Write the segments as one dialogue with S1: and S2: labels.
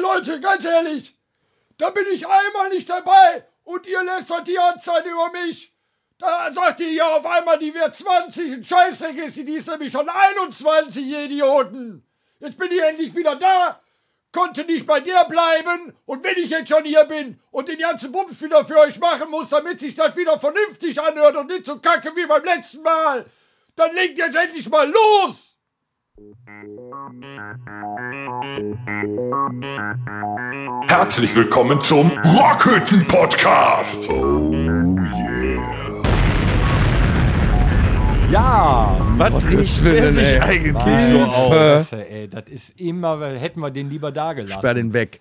S1: Leute, ganz ehrlich, da bin ich einmal nicht dabei und ihr lässt doch die Anzeige über mich. Da sagt ihr hier auf einmal, die wird 20. Ein Scheißdreck ist die, die ist nämlich schon 21, ihr Idioten. Jetzt bin ich endlich wieder da, konnte nicht bei dir bleiben und wenn ich jetzt schon hier bin und den ganzen Bums wieder für euch machen muss, damit sich das wieder vernünftig anhört und nicht so kacke wie beim letzten Mal, dann legt jetzt endlich mal los!
S2: Herzlich willkommen zum Rockhütten Podcast. Oh
S3: Ja,
S4: Was riecht der sich eigentlich so auf?
S3: Hilfe, ey, das ist immer, weil hätten wir den lieber da
S4: Sperr
S3: gelassen.
S4: den weg.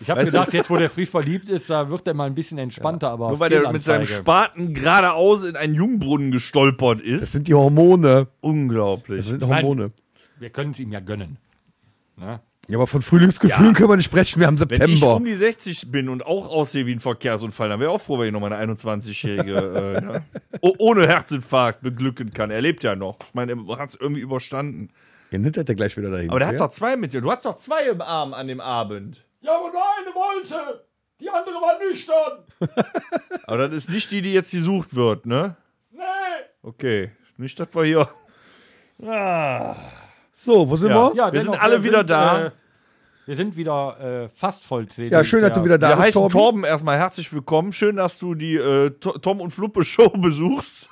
S3: Ich habe gedacht, jetzt wo der Fried verliebt ist, da wird er mal ein bisschen entspannter, aber
S5: Nur weil der mit seinem
S3: Fehlanzeige.
S5: Spaten geradeaus in einen Jungbrunnen gestolpert
S4: Das
S5: ist.
S4: sind die Hormone. Das
S5: Unglaublich.
S4: sind Hormone.
S3: Wir können es ihm ja gönnen. Ne?
S4: Ja, aber von Frühlingsgefühlen
S5: Ja.
S4: können wir nicht sprechen. Wir haben
S5: Wenn ich
S4: September.
S5: um die 60 bin und auch aussehe wie ein Verkehrsunfall, dann wäre auch froh, wenn ich noch meine 21-Jährige äh, ne? oh, ohne Herzinfarkt beglücken kann. Er lebt ja noch. Ich meine, er hat es irgendwie überstanden.
S4: Den hintert er gleich wieder dahin.
S5: Aber der hat doch zwei mit dir. Du hast doch zwei im Arm an dem Abend.
S1: Ja, aber nur eine wollte. Die andere war nüchtern.
S5: Aber das ist nicht die, die jetzt gesucht wird, ne?
S1: Nee.
S5: Okay. Nicht, dass wir hier.
S4: So, wo sind
S5: Ja.
S4: wir?
S3: Ja,
S5: Wir sind alle wieder da.
S3: Äh, wir sind wieder äh, fast vollzählig.
S4: Ja, schön, dass du wieder da
S5: Wir
S4: bist,
S5: heißen Torben.
S4: Torben.
S5: erstmal herzlich willkommen. Schön, dass du die äh, To- Tom und Fluppe Show besuchst.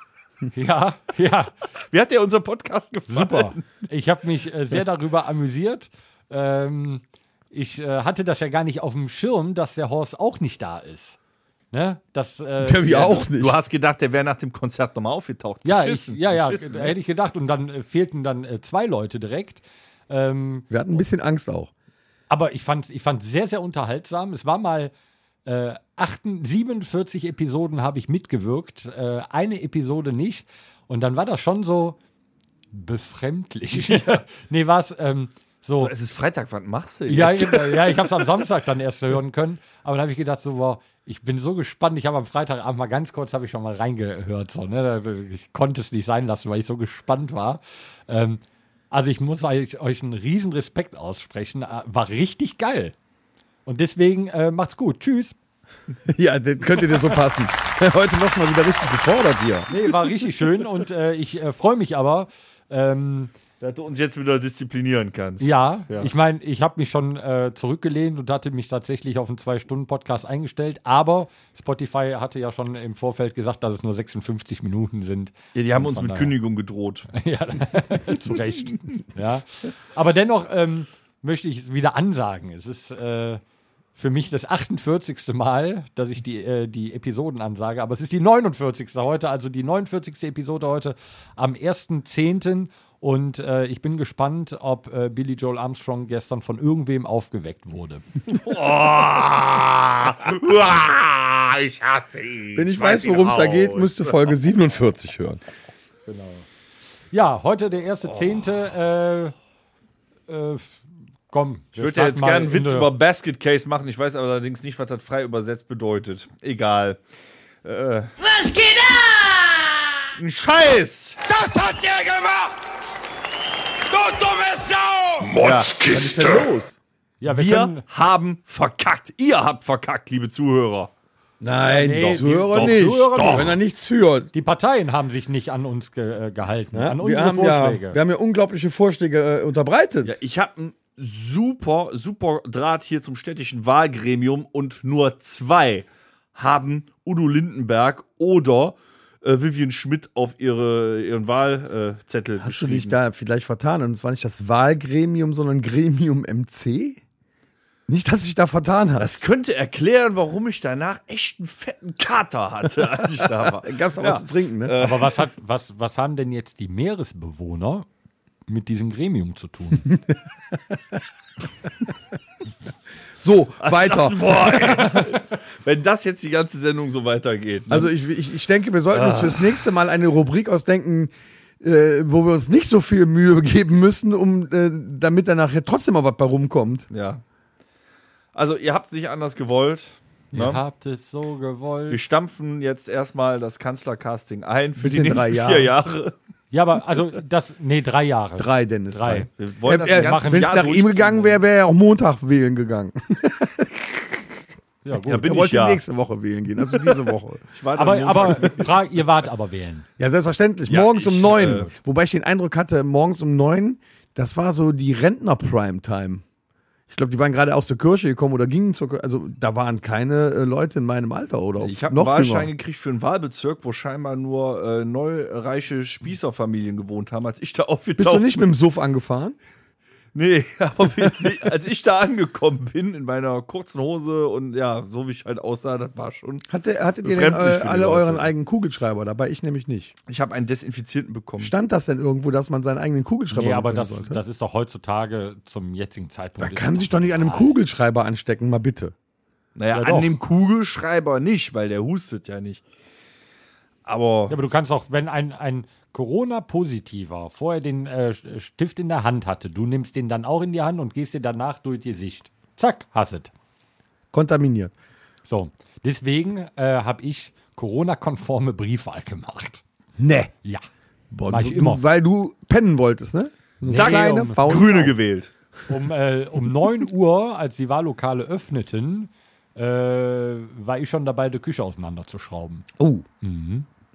S3: Ja, ja,
S5: Wie hat dir unser Podcast gefallen?
S3: super. Ich habe mich äh, sehr darüber amüsiert. Ähm, ich äh, hatte das ja gar nicht auf dem Schirm, dass der Horst auch nicht da ist. Ne? Das, äh,
S4: Ja, wir auch nicht.
S5: Du hast gedacht, der wäre nach dem Konzert nochmal aufgetaucht.
S3: Ja, ich,
S5: Geschissen,
S3: ja, ja,
S5: geschissen.
S3: da hätte ich gedacht. Und dann äh, fehlten dann äh, zwei Leute direkt. Ähm,
S4: Wir hatten ein bisschen Angst auch.
S3: aber ich fand ich fand sehr, sehr unterhaltsam. Es war mal äh, 48, 47 Episoden habe ich mitgewirkt, äh, eine Episode nicht. Und dann war das schon so befremdlich. nee, war es ähm, so.
S5: Es ist Freitag, wann machst du
S3: ja,
S5: jetzt?
S3: ich- äh, ja, ich habe es am Samstag dann erst hören können. Aber dann habe ich gedacht, so, wow, ich bin so gespannt. Ich habe am Freitagabend mal ganz kurz, habe ich schon mal reingehört. So, ne? Da- Ich konnte es nicht sein lassen, weil ich so gespannt war. Ähm, also ich muss euch, euch einen riesen Respekt aussprechen. Äh, War richtig geil. Und deswegen äh, macht's gut. Tschüss.
S4: Ja, das könnte dir so passen. Heute machst du mal wieder richtig gefordert hier.
S3: Nee, war richtig schön und äh, ich äh, freue mich aber. Ähm,
S5: Dass du uns jetzt wieder disziplinieren kannst.
S3: ja,
S5: Ja.
S3: ich meine, ich habe mich schon äh, zurückgelehnt und hatte mich tatsächlich auf einen Zwei-Stunden-Podcast eingestellt, aber Spotify hatte ja schon im Vorfeld gesagt, dass es nur 56 Minuten sind.
S5: Ja, die haben uns
S3: Von
S5: mit
S3: daher.
S5: Kündigung gedroht.
S3: Zu Recht. ja. Aber dennoch ähm, möchte ich es wieder ansagen. Es ist äh, für mich das 48. Mal, dass ich die, äh, die Episoden ansage, aber es ist die 49. heute, also die 49. Episode heute am 1.10. Und äh, ich bin gespannt, ob äh, Billy Joel Armstrong gestern von irgendwem aufgeweckt wurde.
S5: Oh. Uah, ich genau. hasse ihn.
S4: Wenn ich weiß, worum es da geht, müsste Folge 47 hören.
S3: Ja, heute der 1.10. Äh, äh, komm.
S5: Ich würde ja jetzt gerne einen Witz über Basket Case machen. Ich weiß allerdings nicht, was das frei übersetzt bedeutet. Egal. Äh.
S6: Was geht ab?
S5: Ein Scheiß!
S6: Das hat der gemacht! Du dumme Sau!
S2: Motzkiste.
S4: los?
S3: Ja, wir, können,
S5: Wir haben verkackt. Ihr habt verkackt, liebe Zuhörer.
S4: Nein,
S3: Nee,
S4: doch,
S3: die-
S4: Zuhörer
S3: doch,
S4: nicht.
S3: Zuhörer
S4: doch.
S3: nicht.
S4: Wenn er nichts hört.
S3: Die Parteien haben sich nicht an uns ge äh, gehalten,
S4: Ja,
S3: an
S4: wir,
S3: unsere
S4: haben
S3: Vorschläge.
S4: ja, wir haben ja unglaubliche Vorschläge äh, unterbreitet.
S5: Ich habe einen super, super Draht hier zum städtischen Wahlgremium und nur zwei haben Udo Lindenberg oder äh, Vivian Schmidt auf ihre, ihren Wahlzettel
S4: Hast du dich da vielleicht vertan? Und es war nicht das Wahlgremium, sondern Gremium MC? Nicht, dass ich da vertan hast.
S5: Das könnte erklären, warum ich danach echt einen fetten Kater hatte, als ich da war.
S4: Gab es auch was zu trinken, ne?
S3: Aber was, hat, was, was haben denn jetzt die Meeresbewohner mit diesem Gremium zu tun?
S4: so, weiter.
S5: Boah, ey. Wenn das jetzt die ganze Sendung so weitergeht. Ne?
S4: Also ich, ich, ich denke, wir sollten uns fürs nächste Mal eine Rubrik ausdenken, äh, wo wir uns nicht so viel Mühe geben müssen, um äh, damit danach ja trotzdem mal was bei rumkommt.
S5: ja. Also, ihr habt es nicht anders gewollt. ne?
S3: Ihr habt es so
S5: Wir
S3: gewollt.
S5: stampfen jetzt erstmal das Kanzlercasting ein für
S4: Bis
S5: die
S4: in
S5: nächsten
S4: drei
S5: vier
S4: Jahren.
S5: Jahre.
S3: Ja, aber also das, nee, drei Jahre.
S4: Drei, Dennis.
S3: Drei.
S5: Wir
S4: Wenn
S5: wollen das ganze
S3: machen-
S4: es
S5: Jahr
S4: nach ihm
S5: durchziehen.
S4: gegangen wäre, wäre er auch Montag wählen gegangen.
S3: Ja, gut.
S5: Ja,
S4: er
S5: bin ich
S4: wollte
S5: ja.
S4: nächste Woche wählen gehen, also diese Woche.
S5: Ich warte
S3: aber
S5: am Montag.
S3: aber frag, ihr wart aber wählen.
S4: Ja, selbstverständlich.
S5: Ja,
S4: morgens
S5: ich,
S4: um neun.
S5: äh,
S4: Wobei ich den Eindruck hatte, morgens um neun, das war so die Rentner-Primetime. Ich glaube, die waren gerade aus der Kirche gekommen oder gingen zur Kirche. Also da waren keine äh, Leute in meinem Alter oder auch
S5: ich habe einen
S4: noch
S5: Wahlschein
S4: jünger.
S5: gekriegt für einen Wahlbezirk, wo scheinbar nur äh, neureiche Spießerfamilien gewohnt haben, als ich da aufgetaucht
S4: Bist du nicht mit dem Suff angefahren?
S5: Nee, aber wie- wie- als ich da angekommen bin, in meiner kurzen Hose und ja, so wie ich halt aussah, das war schon.
S4: Hatte, hattet ihr denn, äh,
S5: Befremdlich für die
S4: alle
S5: Leute.
S4: euren eigenen Kugelschreiber dabei? Ich nämlich nicht.
S5: Ich habe einen Desinfizierten bekommen.
S4: Stand das denn irgendwo, dass man seinen eigenen Kugelschreiber
S3: Nee, aber
S4: mitnehmen
S3: das,
S4: sollte?
S3: das ist doch heutzutage zum jetzigen Zeitpunkt.
S4: Man kann sich doch nicht an einem Kugelschreiber anstecken, mal bitte.
S5: naja,
S3: Ja,
S5: an
S3: doch.
S5: dem Kugelschreiber nicht, weil der hustet ja nicht. Aber
S3: Ja, aber du kannst doch, wenn ein, ein Corona-Positiver vorher den äh, Stift in der Hand hatte, du nimmst den dann auch in die Hand und gehst dir danach durch die Sicht. Zack, hasset.
S4: Kontaminiert.
S3: So, deswegen äh, habe ich Corona-konforme Briefwahl gemacht.
S4: Nee.
S3: Ja.
S4: Boah,
S3: Mach
S4: du,
S3: ich immer.
S4: Weil du pennen wolltest, ne?
S3: Sag
S4: Kleine
S3: um-
S4: faule
S5: Grüne
S4: Sau.
S5: gewählt.
S3: Um, äh, um 9 Uhr, als die Wahllokale öffneten, äh, war ich schon dabei, die Küche auseinanderzuschrauben.
S4: Oh.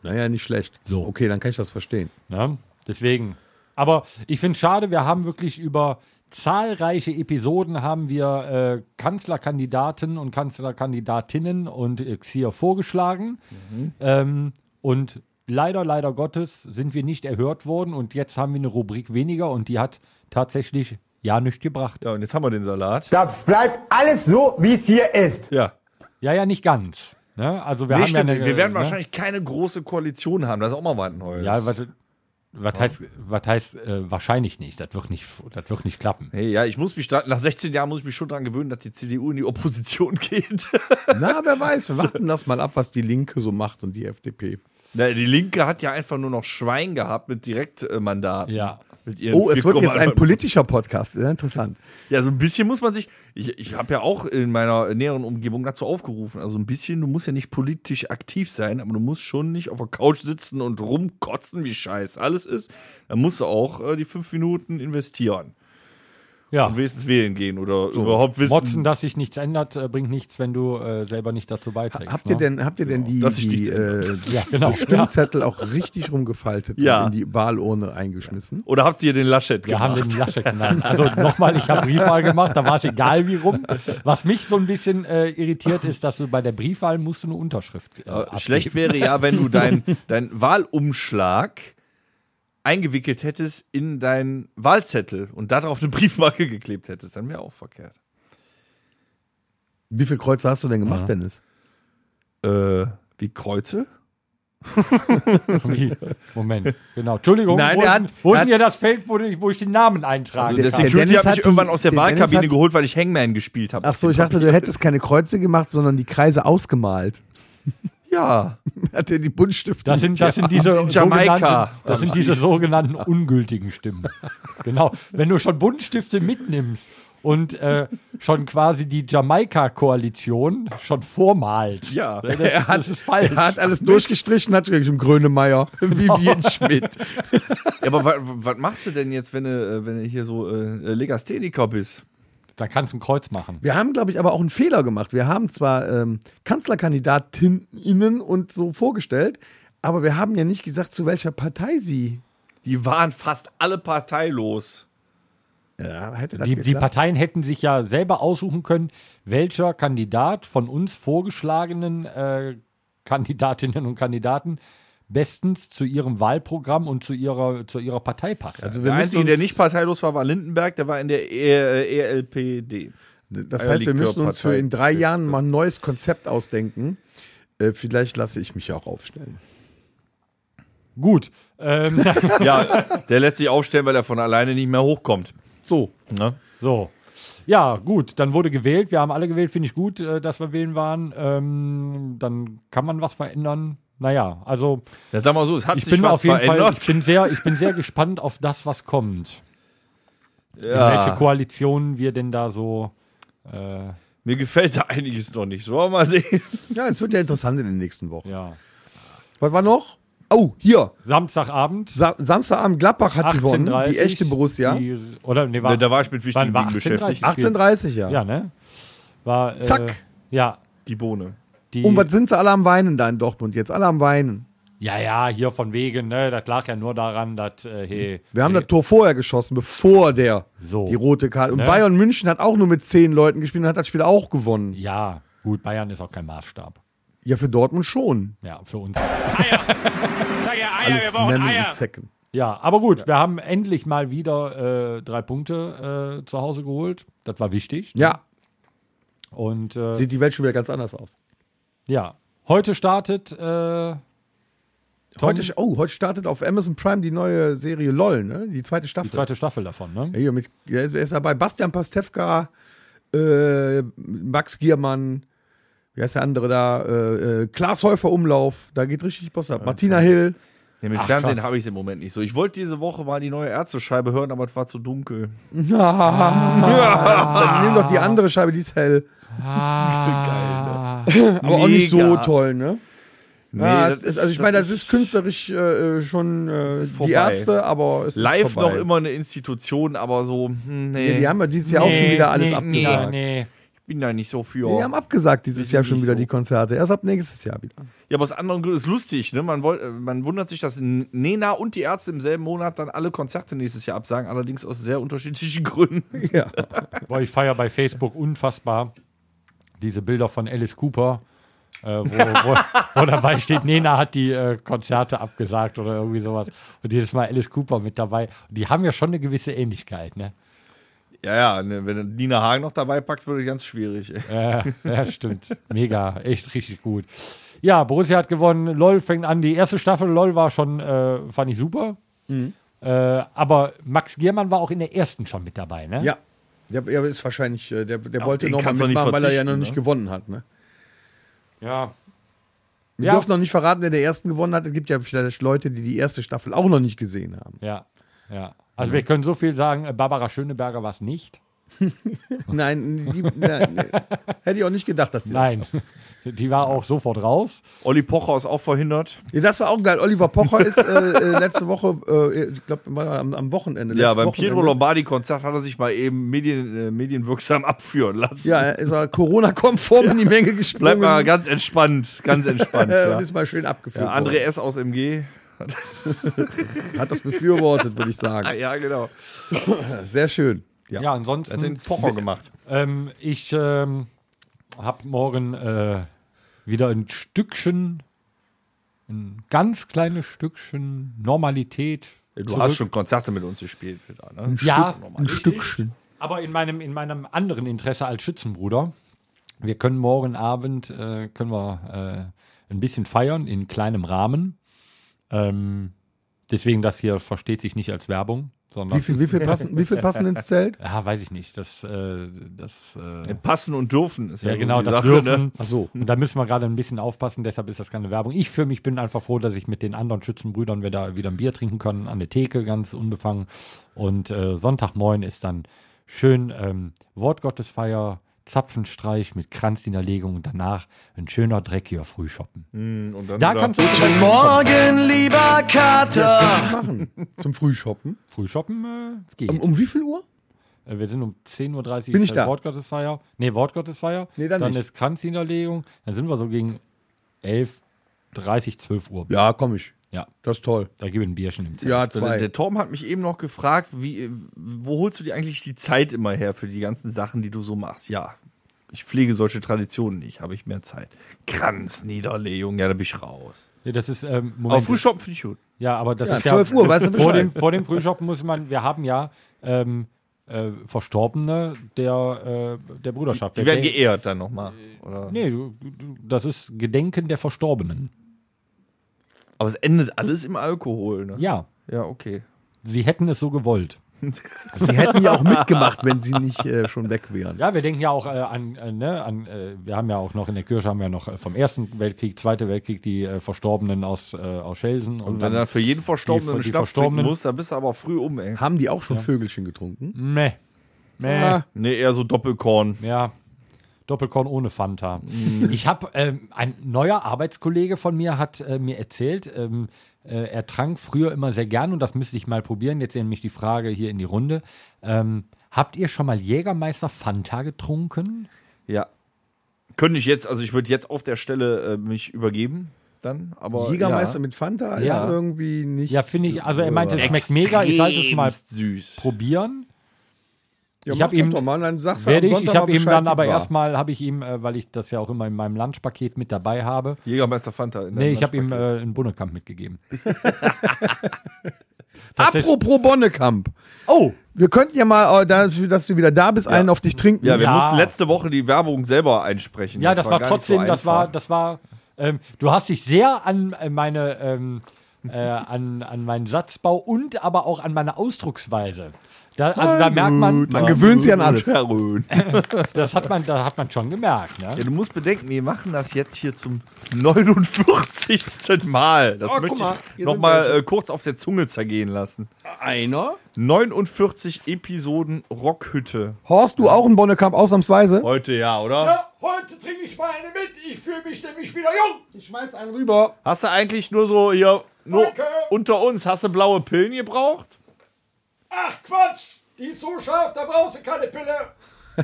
S4: Naja, nicht schlecht.
S3: So.
S4: Okay, dann kann ich das verstehen.
S3: Ne? Deswegen. Aber ich finde es schade, wir haben wirklich über zahlreiche Episoden haben wir äh, Kanzlerkandidaten und Kanzlerkandidatinnen und äh, Xier vorgeschlagen.
S5: Mhm.
S3: Ähm, und leider, leider Gottes sind wir nicht erhört worden und jetzt haben wir eine Rubrik weniger und die hat tatsächlich ja nichts gebracht.
S5: Ja, und jetzt haben wir den Salat.
S7: Das bleibt alles so, wie es hier ist.
S5: Ja.
S3: Ja, ja, nicht ganz. Ne? Also wir
S5: Nee,
S3: haben
S5: stimmt,
S3: ja eine,
S5: wir werden
S3: ne?
S5: wahrscheinlich keine große Koalition haben. Das ist auch mal was Neues.
S3: Ja, was, was heißt, was heißt äh, wahrscheinlich nicht? Das wird nicht, das wird nicht klappen.
S5: Hey, ja, ich muss mich da, nach 16 Jahren muss ich mich schon dran gewöhnen, dass die CDU in die Opposition geht.
S4: Na, wer weiß, wir warten das mal ab, was die Linke so macht und die FDP.
S5: Na, die Linke hat ja einfach nur noch Schwein gehabt mit Direktmandaten.
S3: Ja.
S5: Mit ihren
S4: Oh, es wird jetzt ein
S5: 4,1
S4: politischer Podcast. Sehr interessant.
S5: Ja, so ein bisschen muss man sich. Ich, ich habe ja auch in meiner näheren Umgebung dazu aufgerufen. Also ein bisschen, du musst ja nicht politisch aktiv sein, aber du musst schon nicht auf der Couch sitzen und rumkotzen, wie scheiß alles ist. Da musst du auch äh, die fünf Minuten investieren.
S3: Ja.
S5: Und wenigstens wählen gehen oder überhaupt wissen.
S3: Motzen, dass sich nichts ändert, äh, bringt nichts, wenn du äh, selber nicht dazu beiträgst.
S4: Habt
S3: ne?
S4: ihr denn, habt ihr denn die,
S5: dass sich
S4: die,
S5: nichts
S4: äh, die
S3: Ja, genau. Ja.
S4: Stimmzettel auch richtig rumgefaltet
S5: Ja.
S4: und in die Wahlurne eingeschmissen?
S5: oder habt ihr den Laschet
S3: Wir haben
S5: gemacht?
S3: den Laschet genannt. Also nochmal, ich habe Briefwahl gemacht, da war es egal wie rum. Was mich so ein bisschen äh, irritiert ist, dass du bei der Briefwahl musst du eine Unterschrift
S4: Oh,
S3: äh,
S5: Äh,
S3: abgeben.
S5: Schlecht wäre ja, wenn du deinen dein Wahlumschlag eingewickelt hättest in deinen Wahlzettel und darauf eine Briefmarke geklebt hättest. Dann wäre auch verkehrt.
S4: Wie viele Kreuze hast du denn gemacht, Dennis?
S5: Äh, wie Kreuze?
S3: Wie? Moment, genau. Entschuldigung,
S4: Nein,
S3: wo,
S4: er
S3: ist
S4: hat-
S3: denn- wo ist
S4: er
S3: denn hier das Feld, wo ich, wo ich den Namen eintrage?
S5: Also der
S4: der
S5: Security
S4: Dennis
S5: hat
S4: hat
S5: mich
S4: die-
S5: irgendwann aus der
S4: der Dennis
S5: Wahlkabine
S4: hat-
S5: geholt, weil ich Hangman gespielt habe.
S4: Ach so, ich dachte, du hättest keine Kreuze gemacht, sondern die Kreise ausgemalt.
S5: Ja.
S4: Hat er die Buntstifte?
S3: Das sind, das sind diese
S5: Jamaika.
S3: sogenannten, das sind diese sogenannten ungültigen Stimmen. genau. Wenn du schon Buntstifte mitnimmst und äh, schon quasi die Jamaika-Koalition schon vormalst.
S5: Ja.
S3: das, das ist falsch.
S4: Er hat alles durchgestrichen, hat geschrieben, Grönemeyer, Vivien Schmidt.
S5: ja aber was machst du denn jetzt, wenn du, äh, wenn du hier so äh, Legastheniker bist?
S3: Da kannst du ein Kreuz machen.
S4: Wir haben, glaube ich, aber auch einen Fehler gemacht. Wir haben zwar ähm, Kanzlerkandidatinnen und so vorgestellt, aber wir haben ja nicht gesagt, zu welcher Partei sie.
S5: Die waren fast alle parteilos.
S4: Ja, äh, hätte das
S3: Die, die
S4: geklappt?
S3: Parteien hätten sich ja selber aussuchen können, welcher Kandidat von uns vorgeschlagenen äh, Kandidatinnen und Kandidaten bestens zu ihrem Wahlprogramm und zu ihrer, zu ihrer Partei passt.
S4: Also wir
S5: Der
S4: müssen
S5: Einzige,
S4: uns,
S5: der nicht parteilos war, war Lindenberg, der war in der e äh, ELPD.
S4: Das heißt, wir müssen uns für in drei Jahren mal ein neues Konzept ausdenken. Äh, vielleicht lasse ich mich ja auch aufstellen.
S3: Gut. Ähm,
S5: Ja, der lässt sich aufstellen, weil er von alleine nicht mehr hochkommt.
S4: So,
S5: Ne?
S3: So. Ja, gut, dann wurde gewählt. Wir haben alle gewählt, finde ich gut, äh, dass wir wählen waren. Ähm, dann kann man was verändern. Naja, also
S5: Ja, sag mal so, es hat
S3: ich
S5: sich
S3: bin
S5: was
S3: auf jeden Fall,
S5: verändert.
S3: ich bin sehr, ich bin sehr gespannt auf das, was kommt. In welche Koalition wir denn da so. Äh,
S5: Mir gefällt da einiges noch nicht. So, wollen wir mal sehen.
S4: ja, es wird ja interessant in den nächsten Wochen.
S3: ja.
S4: Was war noch? Oh, hier.
S3: Samstagabend.
S4: Sa Samstagabend Gladbach hat gewonnen.
S3: 18.30
S4: Die echte Borussia.
S3: Die, oder, nee, war,
S5: Ne, da war ich mit wichtigen
S3: wann war
S5: Dingen
S3: 18.30?
S5: beschäftigt.
S4: 18.30 ja.
S3: Ja, ne? War, äh,
S4: Zack.
S3: Ja.
S5: Die Bohne.
S3: Die,
S4: Und was sind sie alle am Weinen da in Dortmund jetzt? Alle am Weinen.
S3: ja, ja, hier von wegen, ne? Das lag ja nur daran, dass, äh, hey,
S4: Wir haben
S3: hey,
S4: das Tor vorher geschossen, bevor der
S3: So.
S4: die rote Karte. Und
S3: Ne?
S4: Bayern München hat auch nur mit zehn Leuten gespielt und hat das Spiel auch gewonnen.
S3: Ja, gut, Bayern ist auch kein Maßstab.
S4: Ja, für Dortmund schon.
S3: Ja, für uns.
S6: Sag ja Eier, wir
S4: Alles
S6: brauchen
S4: Memmen
S6: Eier.
S4: und Zecken.
S3: Ja, aber gut, wir haben endlich mal wieder äh, drei Punkte äh, zu Hause geholt. Das war wichtig.
S4: Ja,
S3: Und äh,
S4: sieht die Welt schon wieder ganz anders aus.
S3: ja, heute startet äh,
S4: Heute, oh, heute startet auf Amazon Prime die neue Serie LOL, ne? Die zweite Staffel.
S3: die zweite Staffel davon, ne?
S4: Ja, hier mit, ja, er ist dabei. Bastian Pastewka, äh, Max Giermann, wie heißt der andere da? Äh, äh, Klaas Häufer Umlauf, da geht richtig Boss ab. Martina Hill.
S5: Ja, mit
S3: Ach,
S5: Fernsehen
S3: krass.
S5: habe ich es im Moment nicht so. Ich wollte diese Woche mal die neue Ärztescheibe hören, aber es war zu dunkel.
S4: Dann nimm doch die andere Scheibe, die ist hell.
S5: Ah.
S4: Aber auch nicht so
S5: Mega.
S4: toll, ne?
S5: Nee,
S4: ja,
S5: das
S4: es ist, also ich meine, das ist künstlerisch äh, äh, schon äh,
S5: ist
S4: die
S5: vorbei.
S4: Ärzte, aber es
S5: live
S4: ist vorbei.
S5: noch immer eine Institution, aber so, hm, nee,
S4: Ja, die haben ja dieses Jahr auch schon wieder alles abgesagt.
S3: Nee, nee.
S5: ich bin da nicht so für.
S4: Die haben abgesagt
S5: Die
S4: dieses
S5: sind
S4: Jahr schon
S5: nicht
S4: wieder
S5: so.
S4: die Konzerte. Erst ab nächstes Jahr wieder.
S5: Ja, aber aus anderen Gründen ist lustig, ne? Man, wollt, äh, man wundert sich, dass N- Nena und die Ärzte im selben Monat dann alle Konzerte nächstes Jahr absagen, allerdings aus sehr unterschiedlichen Gründen.
S4: Ja.
S3: Boah, ich feiere bei Facebook unfassbar diese Bilder von Alice Cooper, äh, wo, wo, wo dabei steht, Nena hat die äh, Konzerte abgesagt oder irgendwie sowas. Und jedes Mal Alice Cooper mit dabei. Die haben ja schon eine gewisse Ähnlichkeit, ne?
S5: Ja, ja, ne, wenn du Nina Hagen noch dabei packst, wird das ganz schwierig. ey.
S3: Ja, ja, stimmt. Mega, echt richtig gut. Ja, Borussia hat gewonnen. LOL fängt an. Die erste Staffel LOL war schon, äh, fand ich super. Äh, aber Max Giermann war auch in der ersten schon mit dabei, ne?
S4: Ja. Der, er ist wahrscheinlich, äh, der, der
S5: Auf
S4: wollte
S5: den
S4: noch mal
S5: kannst du nicht
S4: mitmachen, weil er ja noch
S5: verzichten,
S4: nicht
S5: ne?
S4: gewonnen hat. Ne?
S3: Ja.
S4: Wir
S3: Ja.
S4: dürfen noch nicht verraten, wer der ersten gewonnen hat. Es gibt ja vielleicht Leute, die die erste Staffel auch noch nicht gesehen haben.
S3: Ja. ja. Also wir können so viel sagen, äh, Barbara Schöneberger war es nicht.
S4: Nein, die, nein ne, hätte ich auch nicht gedacht, dass die.
S3: Nein. Die war auch sofort raus.
S5: Olli Pocher ist auch verhindert.
S4: Ja, das war auch geil. Oliver Pocher ist äh, äh, letzte Woche, äh, ich glaube, am, am Wochenende.
S5: ja,
S4: letztes
S5: beim
S4: Wochenende.
S5: Pietro Lombardi-Konzert hat er sich mal eben medien, äh, medienwirksam abführen lassen.
S4: Ja, er ist er Corona-konform in die Menge gesprungen.
S5: Bleib mal ganz entspannt, ganz entspannt.
S4: äh,
S5: ja.
S4: und ist mal schön abgeführt.
S5: Ja, André
S4: worden.
S5: S. aus MG.
S4: Hat das befürwortet, würde ich sagen.
S5: ja, genau.
S4: Sehr schön.
S3: Ja,
S5: Er hat den
S3: ansonsten,
S5: Pocher gemacht.
S3: ähm, ich ähm, habe morgen äh, wieder ein Stückchen, ein ganz kleines Stückchen Normalität.
S5: Du
S3: zurück.
S5: hast schon Konzerte mit uns gespielt, wieder, ne?
S3: Ja,
S4: Ein Stückchen.
S3: Aber in meinem, in meinem anderen Interesse als Schützenbruder, wir können morgen Abend äh, können wir äh, ein bisschen feiern in kleinem Rahmen. Ähm, deswegen das hier versteht sich nicht als Werbung, sondern
S4: Wie viel, wie, viel passen, wie viel passen ins Zelt?
S3: ja, weiß ich nicht, das äh, das äh,
S5: Passen und dürfen ist ja,
S3: ja,
S5: so
S3: genau,
S5: die
S3: das
S5: Sache,
S3: dürfen.
S5: Ne?
S4: Ach so.
S3: Und da müssen wir gerade ein bisschen aufpassen, deshalb ist das keine Werbung. Ich für mich bin einfach froh, dass ich mit den anderen Schützenbrüdern wir da wieder ein Bier trinken können, an der Theke, ganz unbefangen. Und äh, Sonntagmorgen ist dann schön ähm, Wortgottesfeier, Zapfenstreich mit Kranzdienerlegung und danach ein schöner dreckiger Frühschoppen.
S5: Und dann
S3: Da
S5: wieder-
S3: kannst du
S8: Morgen, lieber Kater.
S4: machen zum Frühshoppen.
S3: Frühschoppen äh, geht.
S4: Um, um wie viel Uhr?
S3: Äh, Wir sind um 10.30 Uhr
S4: Bin ich
S3: ist
S4: da?
S3: Wortgottesfeier. Nee, Wortgottesfeier.
S4: Nee, dann nicht.
S3: ist Kranzniederlegung. Dann sind wir so gegen 11, 30, 12 Uhr.
S4: Ja, komm ich.
S3: Ja.
S4: Das ist toll.
S3: Da geben wir ein Bierchen im Zelt.
S4: Ja,
S5: Also der,
S4: zwei.
S5: der Torben hat mich eben noch gefragt, wie, wo holst du dir eigentlich die Zeit immer her für die ganzen Sachen, die du so machst? Ja, ich pflege solche Traditionen nicht, habe ich mehr Zeit. Kranzniederlegung, ja, da bin ich raus.
S3: Nee, das ist,
S5: Aber
S3: ähm, Moment.
S5: Frühschoppen finde ich gut.
S3: ja, aber das
S4: Ja,
S3: ist ja.
S4: 12 Uhr, weißt du
S3: vor,
S4: Bescheid.
S3: dem, vor dem Frühschoppen muss man, wir haben ja ähm, äh, Verstorbene der, äh, der Bruderschaft.
S5: Die
S3: Der- Äh.
S5: werden geehrt dann nochmal. oder?
S3: Nee, du- du- das ist Gedenken der Verstorbenen.
S5: Aber es endet alles im Alkohol, ne?
S3: Ja,
S5: Ja, okay.
S3: sie hätten es so gewollt.
S4: Die hätten ja auch mitgemacht, wenn sie nicht äh, schon weg wären.
S3: Ja, wir denken ja auch äh, an, äh, ne, an äh, wir haben ja auch noch in der Kirche haben wir noch äh, vom Ersten Weltkrieg, Zweiter Weltkrieg die äh, Verstorbenen aus, äh, aus Schelsen. Und,
S5: Wenn du dann für jeden Verstorbenen
S3: die-
S5: einen
S3: die
S5: Schnaps trinken
S3: Verstorbenen-
S5: musst, dann bist du aber früh um, ey.
S4: Haben die auch schon Vögelchen getrunken?
S3: Meh. Meh.
S4: Ah.
S5: Nee, eher so Doppelkorn.
S3: Ja. Doppelkorn ohne Fanta. Ich habe, ähm, ein neuer Arbeitskollege von mir hat äh, mir erzählt, ähm, äh, er trank früher immer sehr gern und das müsste ich mal probieren. Jetzt nämlich die Frage hier in die Runde. Ähm, habt ihr schon mal Jägermeister Fanta getrunken?
S5: Ja. Könnte ich jetzt, also ich würde jetzt auf der Stelle äh, mich übergeben, dann, aber.
S4: Jägermeister mit Fanta ist
S3: Ja.
S4: irgendwie nicht.
S3: Ja, finde ich, also er meinte, es
S5: ja.
S3: schmeckt mega, ich sollte es mal
S5: Extremst süß.
S3: probieren.
S4: Ja,
S3: ich
S4: mach
S3: hab
S4: das
S3: ihm-
S4: doch mal, und dann sagst du
S3: Werde
S4: am
S3: ich, ich
S4: Sonntag
S3: habe
S4: mal
S3: ihm
S4: Bescheid,
S3: dann aber
S4: wie war.
S3: erstmal, habe ich ihm, äh, weil ich das ja auch immer in meinem Lunchpaket mit dabei habe,
S5: Jägermeister Fanta. in der
S3: nee, ich habe ihm
S5: Lunchpaket.
S3: äh, einen Bunnekamp mitgegeben.
S4: Apropos Bonnekamp.
S3: Oh,
S4: Wir könnten ja mal, äh, da- dass du wieder da bist, einen auf dich trinken.
S5: Ja, wir
S3: Ja.
S5: mussten letzte Woche die Werbung selber einsprechen.
S3: ja, das, war,
S5: gar nicht so
S3: trotzdem, das war,
S5: einfach.
S3: das war, ähm, du hast dich sehr an äh, meine, ähm, äh, an, an meinen Satzbau und aber auch an meine Ausdrucksweise. Da, also da merkt man,
S4: man gewöhnt sich an alles.
S5: Sharon.
S3: das hat man, da hat man schon gemerkt. Ne?
S5: Ja, du musst bedenken, wir machen das jetzt hier zum 49. Mal.
S3: Oh,
S5: Das
S4: guck
S5: möchte
S4: mal,
S5: ich
S4: hier
S5: noch
S4: sind
S5: mal äh, kurz auf der Zunge zergehen lassen.
S4: Einer.
S5: 49 Episoden Rockhütte.
S4: Horst, du auch ein Bonnekamp ausnahmsweise?
S5: Heute ja, oder?
S1: Ja, heute trinke ich mal eine mit. Ich fühle mich nämlich wieder jung.
S4: Ich schmeiß einen rüber.
S5: Hast du eigentlich nur so hier nur
S1: Danke.
S5: unter uns hast du blaue Pillen gebraucht?
S1: Ach Quatsch, die ist so scharf, da brauchst du keine Pille.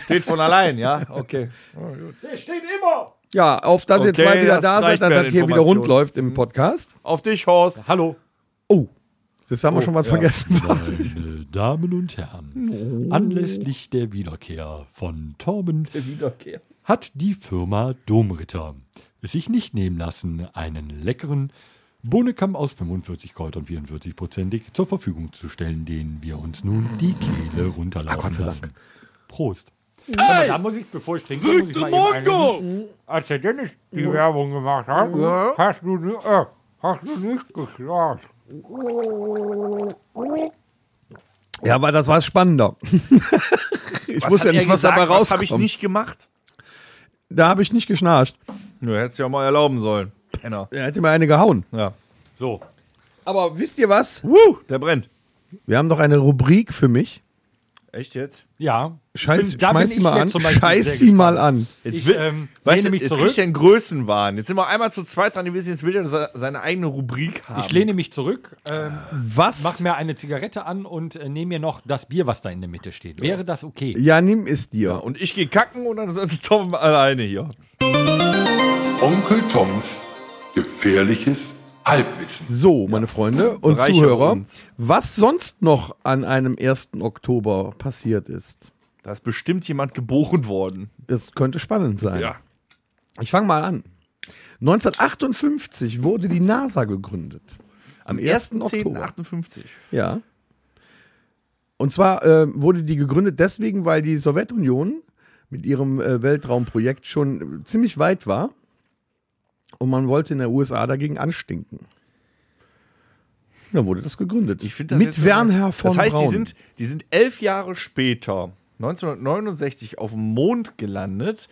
S5: Steht von allein, ja? Okay.
S1: Die steht immer.
S4: Ja, auf dass ihr
S5: Okay,
S4: zwei wieder
S5: das
S4: da seid,
S5: reicht
S4: dass
S5: mir
S4: das
S5: an
S4: hier wieder rund
S5: Informationen.
S4: läuft im Podcast.
S5: Auf dich, Horst.
S3: Hallo.
S4: Das haben wir schon was vergessen.
S3: Meine Damen und Herren, anlässlich der Wiederkehr von Torben hat die Firma Domritter es sich nicht nehmen lassen, einen leckeren Bohnenkamm aus 45 Kräutern 44-prozentig zur Verfügung zu stellen, den wir uns nun die Kehle runterlaufen lassen. Prost. Aber da muss ich, bevor ich trinke, muss ich mal eben eingehen. Als der Dennis die Werbung gemacht hat, hast du, ni- äh, hast du nicht geschlafen.
S4: Ja, aber das war spannender. ich wusste ja nicht, was dabei
S5: raus? habe
S4: rauskommt.
S5: ich nicht gemacht.
S4: da habe ich nicht geschnarcht.
S5: Du hättest ja mal erlauben sollen.
S3: Genau.
S5: Penner.
S4: Er hätte mir eine gehauen.
S5: Ja.
S3: So,
S4: Aber wisst ihr was?
S5: Woo, der brennt.
S4: Wir haben doch eine Rubrik für mich.
S5: Echt jetzt?
S3: ja.
S4: Scheiß,
S3: Bin- da
S4: schmeiß
S3: bin
S4: sie
S3: ich
S4: mal
S3: jetzt
S4: an.
S3: zum Beispiel sehr
S4: Scheiß sie
S3: gespannt.
S4: mal an.
S5: Jetzt
S3: Ich,
S5: will,
S3: ähm,
S5: weißt
S3: lehne
S5: du,
S3: mich
S5: jetzt
S3: zurück.
S5: kriegt er einen Größenwahn. Jetzt sind wir einmal zu zweit dran gewesen, jetzt will er se- seine eigene Rubrik haben.
S3: Ich lehne mich zurück, ähm,
S4: Was?
S3: mach mir eine Zigarette an und äh, nehme mir noch das Bier, was da in der Mitte steht. Wäre das okay?
S4: ja, nimm es dir.
S5: und ich gehe kacken und dann ist Tom alleine hier.
S2: Onkel Toms gefährliches Halbwissen.
S4: So, meine Freunde und
S5: Bereichert
S4: Zuhörer,
S5: uns.
S4: was sonst noch an einem 1. Oktober passiert ist,
S5: Da ist bestimmt jemand geboren worden.
S4: das könnte spannend sein. Ich fange mal an. 1958 wurde die NASA gegründet. Am 1. Oktober.
S5: 1.10.58.
S4: Ja. Und zwar äh, wurde die gegründet deswegen, weil die Sowjetunion mit ihrem äh, Weltraumprojekt schon ziemlich weit war und man wollte in der USA dagegen anstinken. Dann wurde das gegründet.
S5: Ich finde das
S4: mit
S5: jetzt-
S4: Wernher von
S5: Das heißt,
S4: Braun.
S5: die sind, die sind elf Jahre später, 1969, auf dem Mond gelandet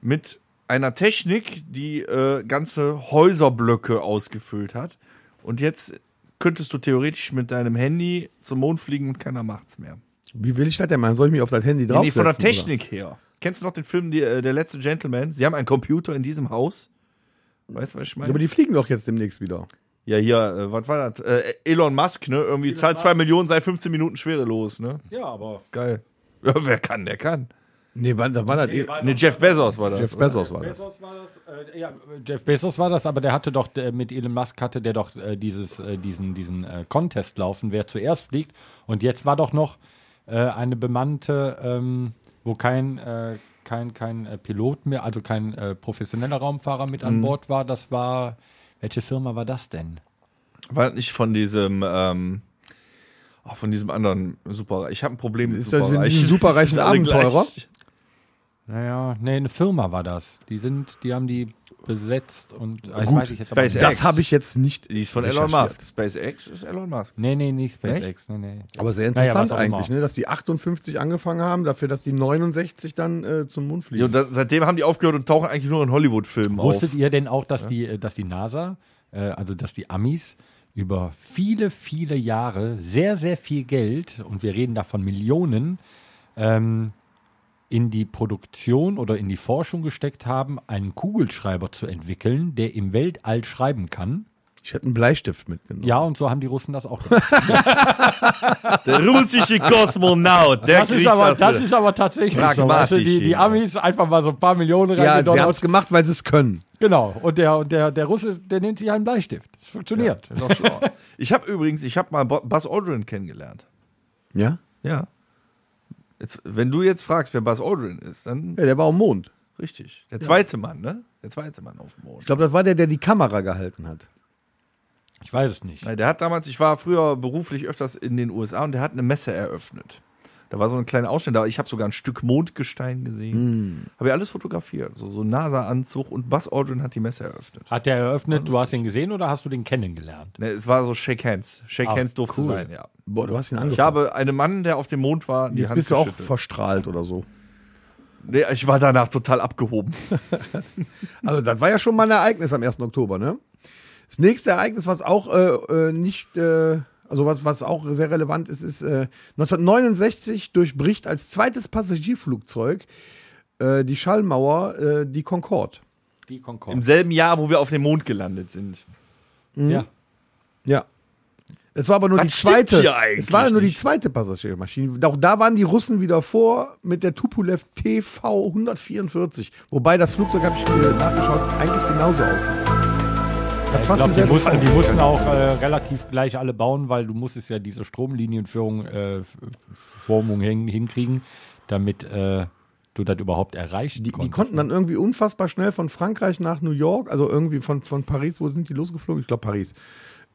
S5: mit einer Technik, die äh, ganze Häuserblöcke ausgefüllt hat. Und jetzt könntest du theoretisch mit deinem Handy zum Mond fliegen und keiner macht's mehr.
S4: Wie will ich das denn machen? Soll ich mich auf das Handy
S5: Nee, nee,
S4: draufsetzen?
S5: von der
S4: oder?
S5: Technik her. Kennst du noch den Film die, äh, Der letzte Gentleman? Sie haben einen Computer in diesem Haus. Weißt du, was ich
S4: Ja, aber
S5: meine?
S4: die fliegen doch jetzt demnächst wieder.
S5: Ja, hier, äh, was war das? Äh, Elon Musk, ne? Irgendwie zahlt 2 Millionen, sei 15 Minuten schwerelos, ne?
S3: Ja, aber.
S5: Geil. Ja, wer kann, der kann.
S4: Nee, wann, da war das eh-
S5: Ne, Jeff Bezos war das.
S4: Jeff
S5: oder?
S4: Bezos war das.
S3: war das, äh, Jeff Bezos war das, aber der hatte doch, äh, mit Elon Musk hatte der doch äh, dieses, äh, diesen, diesen äh, Contest laufen, wer zuerst fliegt. Und jetzt war doch noch äh, eine bemannte, ähm, wo kein, äh, kein, kein äh, Pilot mehr, also kein äh, professioneller Raumfahrer mit an Bord war. Das war, welche Firma war das denn?
S5: War das nicht von diesem, ähm, ach, von diesem anderen Superreich. Ich habe ein Problem mit
S4: Ist das
S5: Superreichen.
S4: die superreichen
S5: Sind alle gleich.
S4: Abenteurer?
S3: Naja, nee, eine Firma war das. Die sind, die haben die besetzt und äh, ich
S5: Gut,
S3: weiß ich jetzt aber
S5: SpaceX.
S3: nicht.
S4: Das habe ich jetzt nicht.
S5: Die ist von Elon Musk. SpaceX ist Elon Musk.
S3: Nee, nee, nicht SpaceX. Nee, nee.
S4: Aber sehr
S3: Naja,
S4: interessant
S3: was auch
S4: eigentlich,
S3: immer.
S4: ne, dass die 58 angefangen haben, dafür, dass die 69 dann äh, zum Mond
S5: Ja,
S4: fliegen.
S5: und da, seitdem haben die aufgehört und tauchen eigentlich nur in Hollywood-Filmen auf.
S3: Wusstet ihr denn auch, dass die, äh, dass die NASA, äh, also dass die Amis über viele, viele Jahre sehr, sehr viel Geld, und wir reden da von Millionen, ähm, in die Produktion oder in die Forschung gesteckt haben, einen Kugelschreiber zu entwickeln, der im Weltall schreiben kann.
S4: Ich hätte einen Bleistift mitgenommen.
S3: Ja, und so haben die Russen das auch gemacht.
S5: Der russische Kosmonaut, der
S3: Das
S5: kriegt
S3: ist aber,
S5: das.
S3: das ist aber tatsächlich so.
S5: Pragmatisch
S3: Weißt du, die, die
S5: hier.
S3: Amis einfach mal so ein paar Millionen
S4: Ja, sie haben
S3: reingedonnert.
S4: es gemacht, weil sie es können.
S3: genau. Und der, und der, der Russe, der nennt sich einen Bleistift. Das funktioniert.
S5: Ist auch schlau. ich habe übrigens, ich habe mal Bo- Buzz Aldrin kennengelernt.
S4: Ja?
S5: Ja. Jetzt, wenn du jetzt fragst, wer Buzz Aldrin ist, dann
S4: Ja, der war am Mond.
S5: richtig. Der zweite Mann, ne? Der zweite Mann auf dem Mond.
S4: Ich glaube, das war der, der die Kamera gehalten hat.
S3: Ich weiß es nicht.
S5: Nein, der hat damals, ich war früher beruflich öfters in den USA und der hat eine Messe eröffnet. Da war so ein kleiner Ausschnitt, da ich habe sogar ein Stück Mondgestein
S4: Hm.
S5: gesehen. Habe ich alles fotografiert, so so NASA-Anzug und Buzz Aldrin hat die Messe eröffnet.
S3: Hat der eröffnet, du hast ihn gesehen oder hast du den kennengelernt?
S5: Ne, es war so Shake Hands. Shake
S3: Ah,
S5: Hands durfte
S3: cool.
S5: sein, ja.
S4: Boah, du hast ihn
S5: Ich
S4: angefasst.
S5: habe einen Mann, der auf dem Mond war, in die
S4: Jetzt
S5: Hand
S4: bist du auch
S5: geschüttelt.
S4: verstrahlt oder so.
S5: Nee, ich war danach total abgehoben.
S4: Also, das war ja schon mal ein Ereignis am 1. Oktober, ne? Das nächste Ereignis, was auch äh, äh, nicht, äh, also was, was auch sehr relevant ist, ist äh, 1969 durchbricht als zweites Passagierflugzeug äh, die Schallmauer äh, die Concorde.
S3: Die
S5: Im
S3: Concorde.
S5: selben Jahr, wo wir auf dem Mond gelandet sind.
S3: Ja.
S4: Ja. Es war aber nur
S5: Was
S4: die
S5: stimmt
S4: zweite.
S5: hier eigentlich
S4: Es war nur die
S5: nicht?
S4: zweite Passagiermaschine. Auch da waren die Russen wieder vor mit der Tupolev TV 144. Wobei das Flugzeug, habe ich äh, nachgeschaut, eigentlich genauso aussieht. Hat
S3: Ich
S4: fast
S3: glaube, die
S4: dieselbe
S3: mussten, die
S4: Form.
S3: mussten auch äh, relativ gleich alle bauen, weil du musstest ja diese Stromlinienführung, äh, F- F- Formung hin, hinkriegen, damit äh, du das überhaupt erreichen
S4: Die, die
S3: konntest.
S4: konnten dann irgendwie unfassbar schnell von Frankreich nach New York, also irgendwie von, von Paris, wo sind die losgeflogen? Ich glaube Paris.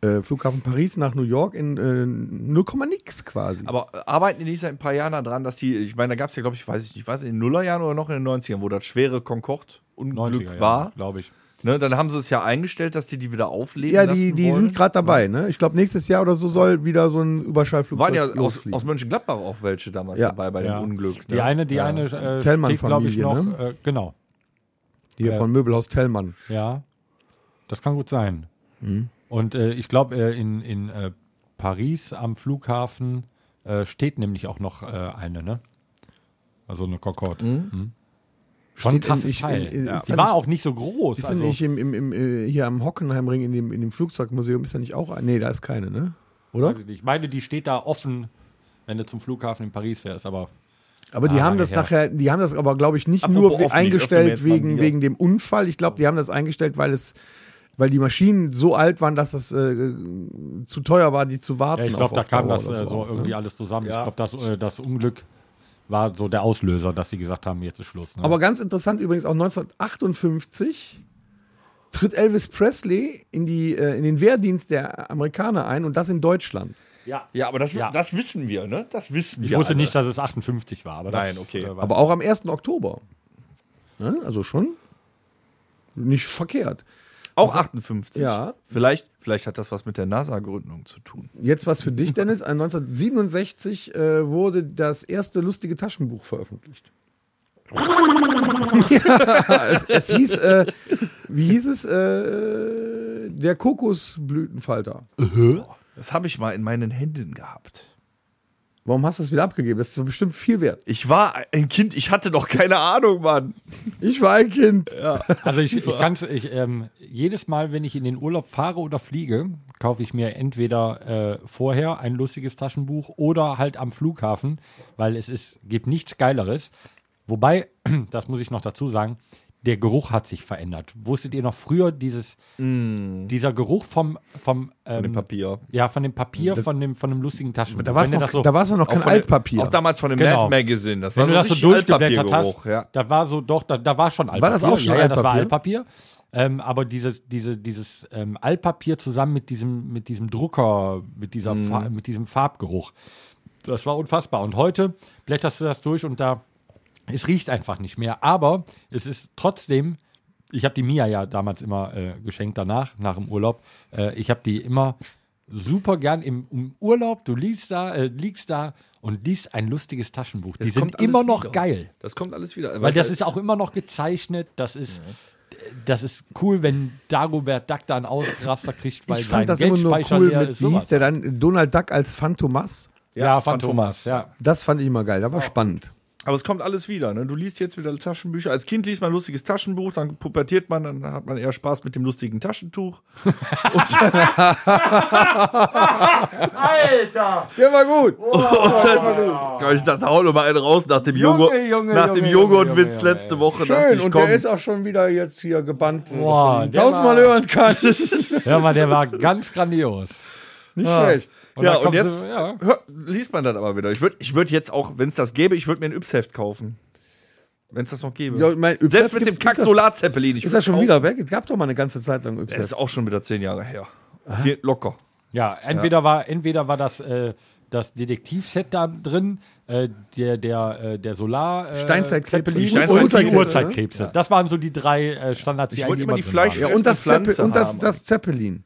S4: Äh, Flughafen Paris nach New York in äh, 0, nix quasi.
S5: Aber äh, arbeiten die nicht seit ein paar Jahren daran, dass die, ich meine, da gab es ja, glaube ich, weiß ich nicht, was, in den Nullerjahren oder noch in den 90ern, wo das schwere Concorde-Unglück
S3: 90er
S5: war.
S3: glaube ich.
S5: Ne, dann haben sie es ja eingestellt, dass die die wieder aufleben
S4: ja, die,
S5: lassen
S4: die
S5: wollen.
S4: sind gerade dabei, ne? Ich glaube, nächstes Jahr oder so soll wieder so ein Überschallflugzeug
S5: Waren ja aus,
S4: losfliegen.
S5: aus Mönchengladbach auch welche damals
S4: Ja.
S5: dabei bei dem
S3: Ja.
S5: Unglück.
S3: Die
S5: ne?
S3: eine, die
S5: ja.
S3: eine äh,
S4: Tellmann-Familie,
S3: steht, glaube ich, noch.
S4: ne?
S3: Äh, genau,
S4: Hier
S3: Ja.
S4: von Möbelhaus Tellmann.
S3: ja. Das kann gut sein.
S4: Mhm.
S3: Und äh, ich glaube, äh, in, in äh, Paris am Flughafen äh, steht nämlich auch noch äh, eine, ne? Also eine Concorde. Mhm. Schon ein
S4: Steht in-
S3: krasses
S4: ich-
S3: Teil.
S4: in- in- ist
S3: Die
S4: da
S3: war
S4: nicht-
S3: auch nicht so groß.
S4: Ist
S3: also,
S4: denn nicht im, im, im, äh, hier am Hockenheimring in dem, in dem Flugzeugmuseum, ist da nicht auch ein? Nee, da ist keine, ne? Oder?
S3: Weiß ich nicht. Ich meine, die steht da offen, wenn du zum Flughafen in Paris fährst, aber
S4: Aber die
S3: Ah,
S4: haben das
S3: ja.
S4: nachher, die haben das aber, glaube ich, nicht
S5: Apropos
S4: nur
S5: offen,
S4: we-
S5: ich öffne mir jetzt
S4: eingestellt
S5: mal ein
S4: wegen,
S5: Bier.
S4: wegen dem Unfall. Ich glaube, die haben das eingestellt, weil es, weil die Maschinen so alt waren, dass das äh, zu teuer war, die zu warten.
S3: ja, ich glaube,
S4: auf-
S3: da
S4: auf
S3: kam
S4: Dauer
S3: das
S4: oder
S3: äh, so
S4: auch, ne?
S3: irgendwie alles zusammen.
S5: Ja.
S3: Ich glaube, das, äh, das Unglück war so der Auslöser, dass sie gesagt haben, jetzt ist Schluss. Ne?
S4: Aber ganz interessant übrigens auch 1958 tritt Elvis Presley in, die, äh, in den Wehrdienst der Amerikaner ein und das in Deutschland.
S5: Ja, aber das,
S3: Ja.
S5: das wissen wir, ne? Das wissen wir.
S3: ich wusste
S5: alle.
S3: nicht, dass es 58 war. Aber
S5: Nein,
S3: das,
S5: okay.
S3: äh, war-
S4: also Aber auch am 1. Oktober. Ne? Also schon nicht verkehrt.
S5: Auch 58.
S4: Ja.
S5: Vielleicht, vielleicht hat das was mit der NASA-Gründung zu tun.
S4: Jetzt was für dich, Dennis. 1967 äh, wurde das erste lustige Taschenbuch veröffentlicht. ja, es, es hieß, äh, wie hieß es? Äh, der Kokosblütenfalter.
S5: Das habe ich mal in meinen Händen gehabt.
S4: Warum hast du das wieder abgegeben? Das ist doch bestimmt viel wert.
S5: Ich war ein Kind, ich hatte doch keine Ahnung, Mann.
S4: Ich war ein Kind.
S3: also ich, ich kann's, ich, ähm, jedes Mal, wenn ich in den Urlaub fahre oder fliege, kaufe ich mir entweder äh, vorher ein lustiges Taschenbuch oder halt am Flughafen, weil es ist, gibt nichts Geileres. Wobei, das muss ich noch dazu sagen, der Geruch hat sich verändert. Wusstet ihr noch früher dieses, dieser Geruch vom, vom, ähm,
S5: Papier.
S3: ja, von dem Papier, von dem, von dem lustigen Taschenbuch.
S4: Da war es
S3: Wenn du
S4: noch,
S3: das so-
S4: da war's noch kein
S5: Auch von der-
S4: Altpapier.
S5: Auch damals von dem
S3: Genau.
S5: Mad Magazine. Das
S3: Wenn du das so
S5: richtig
S3: durchgeblättert hast,
S5: Altpapiergeruch, Ja.
S3: da war so, doch, da, da war schon Altpapier.
S4: War das auch schon
S3: ja, ja, das war
S4: Altpapier?
S3: Altpapier. Ähm, aber dieses, diese, dieses ähm, Altpapier zusammen mit diesem, mit diesem Drucker, mit, dieser
S4: Mhm.
S3: Fa mit diesem Farbgeruch, das war unfassbar. Und heute blätterst du das durch und da, es riecht einfach nicht mehr. Aber es ist trotzdem, ich habe die Mia ja damals immer äh, geschenkt danach, nach dem Urlaub. Äh, ich habe die immer super gern im, im Urlaub. Du liegst da, äh, liegst da und liest ein lustiges Taschenbuch. die
S5: Das kommt
S3: sind
S5: alles
S3: immer noch
S5: wieder.
S3: geil.
S5: Das kommt alles wieder.
S3: Weil das ist auch immer noch gezeichnet. Das ist, das ist cool, wenn Dagobert Duck da einen Ausraster kriegt, weil
S4: ich fand
S3: sein
S4: das immer nur
S3: Geldspeicher
S4: cool
S3: leer
S4: mit,
S3: ist.
S4: wie hieß
S3: Sowas.
S4: der dann? Donald Duck als Phantomas.
S3: ja, Phantomas. Ja.
S4: Das fand ich immer geil. Das war spannend.
S5: Aber es kommt alles wieder. Ne? Du liest jetzt wieder Taschenbücher. Als Kind liest man ein lustiges Taschenbuch, dann pubertiert man, dann hat man eher Spaß mit dem lustigen Taschentuch.
S1: Alter!
S4: Der war gut.
S5: Ich dachte, hau doch mal einen raus nach dem
S3: Junge,
S5: Joghurt,
S3: Junge,
S5: nach
S3: Junge,
S5: dem
S3: Junge,
S5: Joghurtwitz
S3: Junge, Junge,
S5: letzte Woche. dachte
S4: Schön.
S5: ich,
S4: Und
S5: komm.
S4: der ist auch schon wieder jetzt hier gebannt. dass man
S3: Boah,
S4: ihn
S3: der
S4: tausendmal
S3: war-
S4: hören kann.
S3: Hör mal, der war ganz grandios.
S4: Nicht
S3: Ah.
S4: schlecht.
S5: Ah.
S3: Und
S5: ja,
S3: dann
S5: und
S3: kommst
S5: jetzt
S3: du- ja.
S5: hör, liest man das aber wieder. Ich würde ich würd jetzt auch, wenn es das gäbe, ich würde mir ein Yps-Heft kaufen. Wenn es das noch gäbe.
S4: Ja, ich mein, Yps-Heft
S5: Selbst mit dem
S4: gibt's-
S5: kack
S4: gibt's das-
S5: Solarzeppelin. ich
S4: Ist
S5: würd's
S4: das schon
S5: kaufen.
S4: wieder weg? Es gab doch mal eine ganze Zeit lang
S5: Das ist
S4: Y.
S5: auch schon wieder zehn Jahre her. Vier- Locker.
S3: ja, entweder war entweder war das äh, das Detektivset da drin, äh, der der äh, der Solar äh,
S4: Steinzeitkrebs
S3: Zeppelin
S4: und
S5: Steinzeit-
S3: und die
S4: ne?
S5: Steinzeitkrebs,
S3: Uhrzeitkrebse. Das waren so die drei äh, Standards,
S5: Ich
S3: die
S5: wollte
S3: eigentlich
S5: immer
S3: immer
S5: die
S3: drin
S5: Fleisch-
S3: waren.
S4: Ja, und das,
S5: Pflanze
S4: Zeppel, und das,
S5: haben.
S4: das Zeppelin.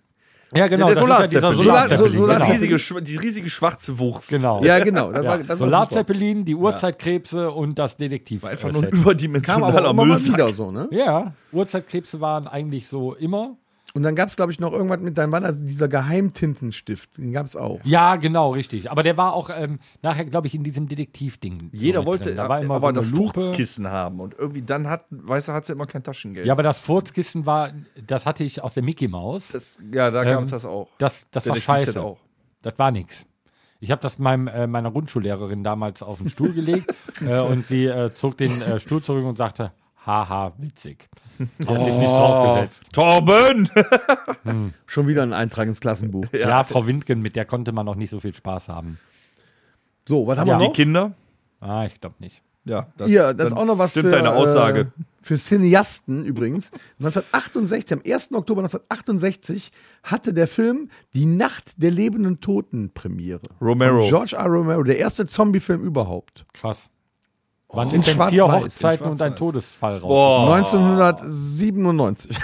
S3: Ja, genau,
S5: Der
S3: das ist ja dieser
S5: Solarzeppelin.
S3: Solarzeppelin.
S4: Solar- Solar-
S5: Die
S3: genau.
S5: riesige, schw- die riesige schwarze Wurst.
S3: Genau.
S4: Ja, genau. Das war,
S3: Ja.
S4: das war super.
S3: Solarzeppelin, die Uhrzeitkrebse und das Detektiv.
S5: War Einfach nur ein
S3: Set.
S4: Kam
S5: überdimensionaler
S4: aber auch immer mal
S5: Müllsack.
S4: wieder so, ne?
S3: Ja, Uhrzeitkrebse waren eigentlich so immer.
S4: Und dann gab es, glaube ich, noch irgendwas mit deinem Mann, also dieser Geheimtintenstift. Den gab es auch.
S3: Ja, genau, richtig. Aber der war auch ähm, nachher, glaube ich, in diesem Detektivding.
S5: Jeder
S3: so mit
S5: wollte
S3: drin. da war immer
S5: aber
S3: so
S5: das
S3: eine Lupe.
S5: Furzkissen haben. Und irgendwie dann hat, weißt du, hat sie immer kein Taschengeld.
S3: Ja, aber das Furzkissen war, das hatte ich aus der Mickey Maus.
S5: das, ja da gab
S3: Ähm,
S5: es das auch.
S3: Das, das war
S5: Detektiv hat
S3: scheiße.
S5: auch.
S3: Das war nix. Ich habe das meinem, äh, meiner Grundschullehrerin damals auf den Stuhl gelegt äh, und sie äh, zog den äh, Stuhl zurück und sagte, haha, witzig. Sie hat sich nicht draufgesetzt.
S5: Torben!
S4: Schon wieder ein Eintrag ins Klassenbuch.
S3: Ja. Frau Windgen, mit der konnte man noch nicht so viel Spaß haben.
S4: So, was haben wir
S5: Die
S4: noch?
S5: Kinder?
S3: Ah, ich glaube nicht.
S5: Ja, das,
S4: Hier, das ist
S5: dann
S4: auch noch was
S5: Stimmt
S4: für,
S5: deine Aussage.
S4: Äh, für Cineasten übrigens. 1968, am 1. Oktober 1968 hatte der Film Die Nacht der lebenden Toten Premiere.
S5: Romero.
S4: Von George R. Romero, der erste Zombie-Film überhaupt.
S3: Krass. Wann
S4: In
S3: sind denn
S4: Schwarz-Weiß.
S3: vier
S5: In
S3: Hochzeiten
S5: Schwarz-Weiß.
S3: und ein Todesfall raus?
S5: Oh.
S4: 1997.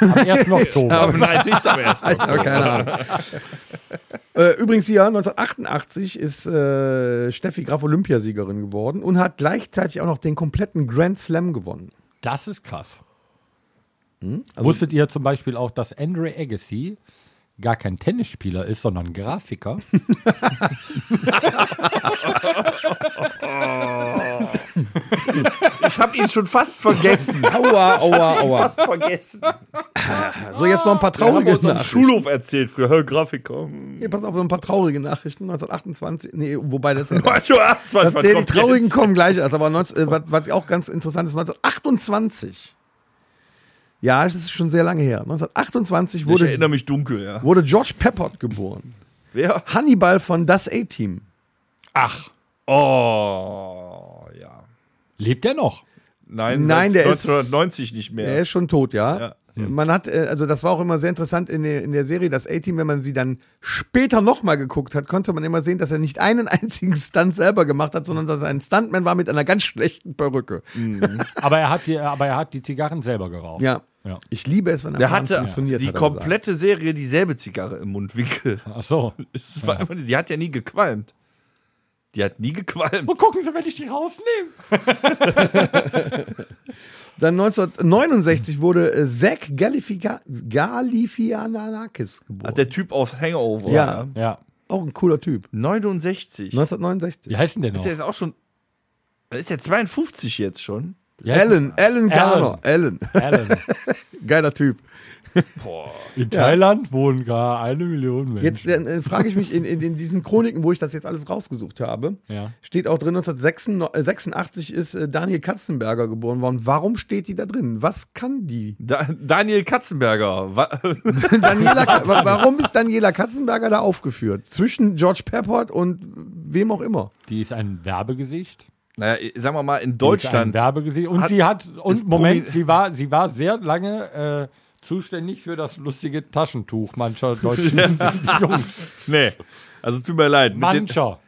S3: Am 1. Oktober.
S5: Nein, nicht am ersten.
S4: Ja, keine Ahnung. äh, übrigens hier, 1988 ist äh, Steffi Graf Olympiasiegerin geworden und hat gleichzeitig auch noch den kompletten Grand Slam gewonnen.
S3: Das ist krass. Wusstet ihr zum Beispiel auch, dass Andre Agassi gar kein Tennisspieler ist, sondern Grafiker?
S5: Ich habe ihn schon fast vergessen.
S4: Aua, aua, aua.
S5: vergessen.
S4: So, jetzt noch ein paar
S5: Wir haben
S4: traurige
S5: uns am
S4: Nachrichten.
S5: Schulhof erzählt früher. Hör, Grafiker.
S4: Nee, pass auf, so ein paar traurige Nachrichten. 1928, nee, wobei das ist ja.
S5: Macho 28,
S4: Das,
S5: was
S4: nee, die
S5: kommt
S4: traurigen
S5: jetzt?
S4: kommen gleich erst, aber 19, äh, was, was auch ganz interessant ist, 1928. Ja, das ist schon sehr lange her. 1928
S5: Ich
S4: wurde,
S5: erinnere mich dunkel, ja.
S4: wurde George Peppard geboren.
S5: Wer?
S4: Hannibal von Das A-Team.
S3: Ach,
S5: Oh, ja.
S3: lebt er noch?
S5: Nein,
S4: Nein,
S5: seit
S4: der ist-
S5: 1990 nicht
S4: Er
S5: mehr.
S4: ist schon tot, ja.
S5: Ja.
S4: Man hat, äh, also das war auch immer sehr interessant in der, in der Serie, das A-Team, wenn man sie dann später nochmal geguckt hat, konnte man immer sehen, dass er nicht einen einzigen Stunt selber gemacht hat, sondern dass er ein Stuntman war mit einer ganz schlechten Perücke.
S3: Aber er hat die, aber er hat die Zigarren selber geraucht.
S4: Ja.
S3: Ja.
S4: Ich liebe es, wenn ein
S5: Der
S4: Plan
S5: hatte
S4: funktioniert
S5: die
S4: hat er
S5: komplette Serie dieselbe Zigarre im Mundwinkel.
S3: Ach so.
S5: Es war immer, die hat ja nie gequalmt. Die hat nie gequalmt.
S3: Und gucken Sie, wenn ich die rausnehme.
S4: gesagt. Dann 1969 wurde äh, Zach Galifica- Galifianakis geboren.
S5: Hat der Typ aus Hangover.
S4: Ja.
S3: Ja.
S4: auch ein cooler Typ.
S5: 69.
S4: 1969.
S3: Wie heißt denn der
S5: Ist
S3: noch?
S5: er jetzt auch schon. Ist der 52 jetzt schon?
S3: Wie heißt
S4: Alan, Alan Garner. Alan.
S3: Alan.
S4: Geiler Typ.
S3: In Thailand wohnen gar eine Million
S4: Jetzt
S3: Menschen.
S4: äh, äh, frage ich mich in, in, in diesen Chroniken, wo ich das jetzt alles rausgesucht habe,
S3: Ja.
S4: steht auch drin, 1986 ist äh, Daniel Katzenberger geboren worden. Warum steht die da drin? Was kann die?
S5: Da, Daniel Katzenberger. Wa-
S4: Daniela, Ka- wa- warum ist Daniela Katzenberger da aufgeführt? Zwischen George Peppard und wem auch immer.
S3: Die ist ein Werbegesicht.
S5: Naja, sagen wir mal, in
S3: Die ist ein
S5: Deutschland.
S3: Werbegesicht. Und
S5: Hat-
S3: sie hat, und
S5: ist
S3: Moment,
S5: promi-
S3: sie war, sie war sehr lange äh, zuständig für das lustige Taschentuch mancher deutschen Jungs.
S5: Nee. Also tut mir leid. Mit den,
S3: Mancher.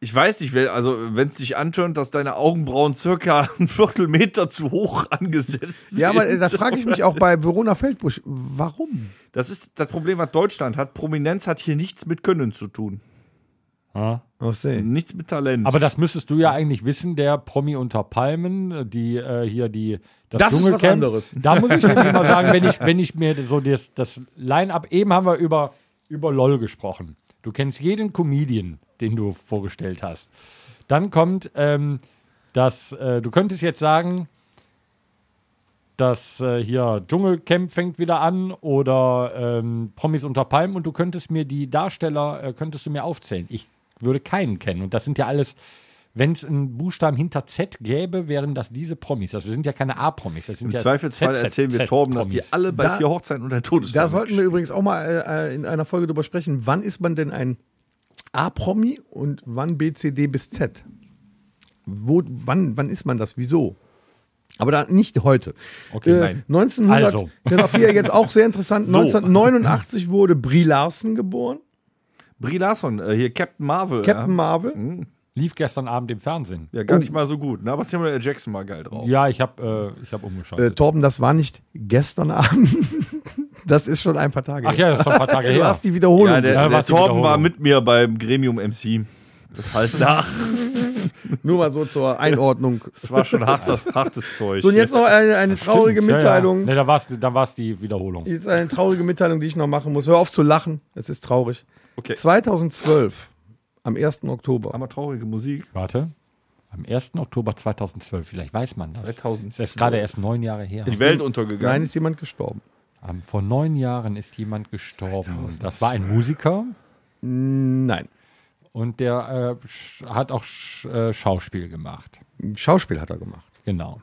S5: ich weiß nicht, wer- also wenn es dich antönt, dass deine Augenbrauen circa ein Viertelmeter zu hoch angesetzt sind.
S4: Ja, aber äh, das frage ich mich auch bei Verona Feldbusch. Warum?
S5: Das ist das Problem, was Deutschland hat. Prominenz hat hier nichts mit Können zu tun.
S3: Ja.
S4: Ach, sehen.
S5: Nichts mit Talent.
S3: Aber das müsstest du ja eigentlich wissen, der Promi unter Palmen, die äh, hier die
S4: Das ist was
S3: Dschungelcamp.
S4: anderes.
S3: Da muss ich nämlich mal sagen, wenn ich, wenn ich mir so das, das Line-up, eben haben wir über, über LOL gesprochen. Du kennst jeden Comedian, den du vorgestellt hast. Dann kommt ähm, dass äh, du könntest jetzt sagen, dass äh, hier Dschungelcamp fängt wieder an oder ähm, Promis unter Palmen und du könntest mir die Darsteller, äh, könntest du mir aufzählen. Ich würde keinen kennen und das sind ja alles, wenn es einen Buchstaben hinter Z gäbe, wären das diese Promis. Das sind ja keine A-Promis. das sind
S5: Im
S3: ja
S5: Zweifelsfall
S3: ZZ
S5: erzählen wir Torben, dass die
S3: Promis.
S5: alle bei
S4: Da-
S5: vier Hochzeiten unter Todesfall
S4: Da sollten wir übrigens auch mal äh, äh, in einer Folge drüber sprechen, wann ist man denn ein A-Promi und wann B, C, D bis Z? Wo, wann, wann ist man das? Wieso? Aber da nicht heute. Äh,
S3: Okay, nein.
S4: 1900,
S3: Also.
S4: genau, hier jetzt auch sehr interessant. 1989 wurde Brie Larson geboren,
S5: Brie Larson, äh, hier Captain Marvel.
S4: Captain Oh.
S5: ja.
S4: Marvel.
S3: Mhm. Lief gestern Abend im Fernsehen.
S5: ja, gar nicht mal so gut. Ne? Aber Samuel L. Jackson war geil drauf.
S3: Ja, ich habe äh, ich hab
S4: Äh,
S3: umgeschaltet.
S4: Torben, das war nicht gestern Abend. das ist schon ein paar Tage.
S3: Ach ja, das ist schon ein paar Tage
S4: her. du
S3: her.
S4: hast die Wiederholung.
S5: Ja, der,
S3: Ja,
S5: der
S3: was die
S5: Torben war
S3: Wiederholung.
S5: mit mir beim Gremium MC. Das heißt, nach.
S4: Nur mal so zur Einordnung.
S5: Das war schon hartes, hartes Zeug.
S4: So, und jetzt noch eine, eine traurige
S3: Stimmt, ja,
S4: Mitteilung.
S3: Ja, Nee, da war es da war's die Wiederholung.
S4: Jetzt eine traurige Mitteilung, die ich noch machen muss. Hör auf zu lachen. Es ist traurig.
S5: Okay.
S4: 2012, am 1. Oktober,
S5: Aber traurige Musik.
S3: Warte. Am 1. Oktober 2012, vielleicht weiß man das.
S5: 2012.
S3: Das ist gerade erst neun Jahre her.
S5: Die Welt
S4: nein,
S5: untergegangen.
S4: ist jemand gestorben.
S3: Ähm, vor neun Jahren ist jemand gestorben. Und das war ein Musiker
S4: Nein.
S3: und der äh, sch- hat auch sch äh, Schauspiel gemacht.
S4: Schauspiel hat er gemacht.
S3: Genau.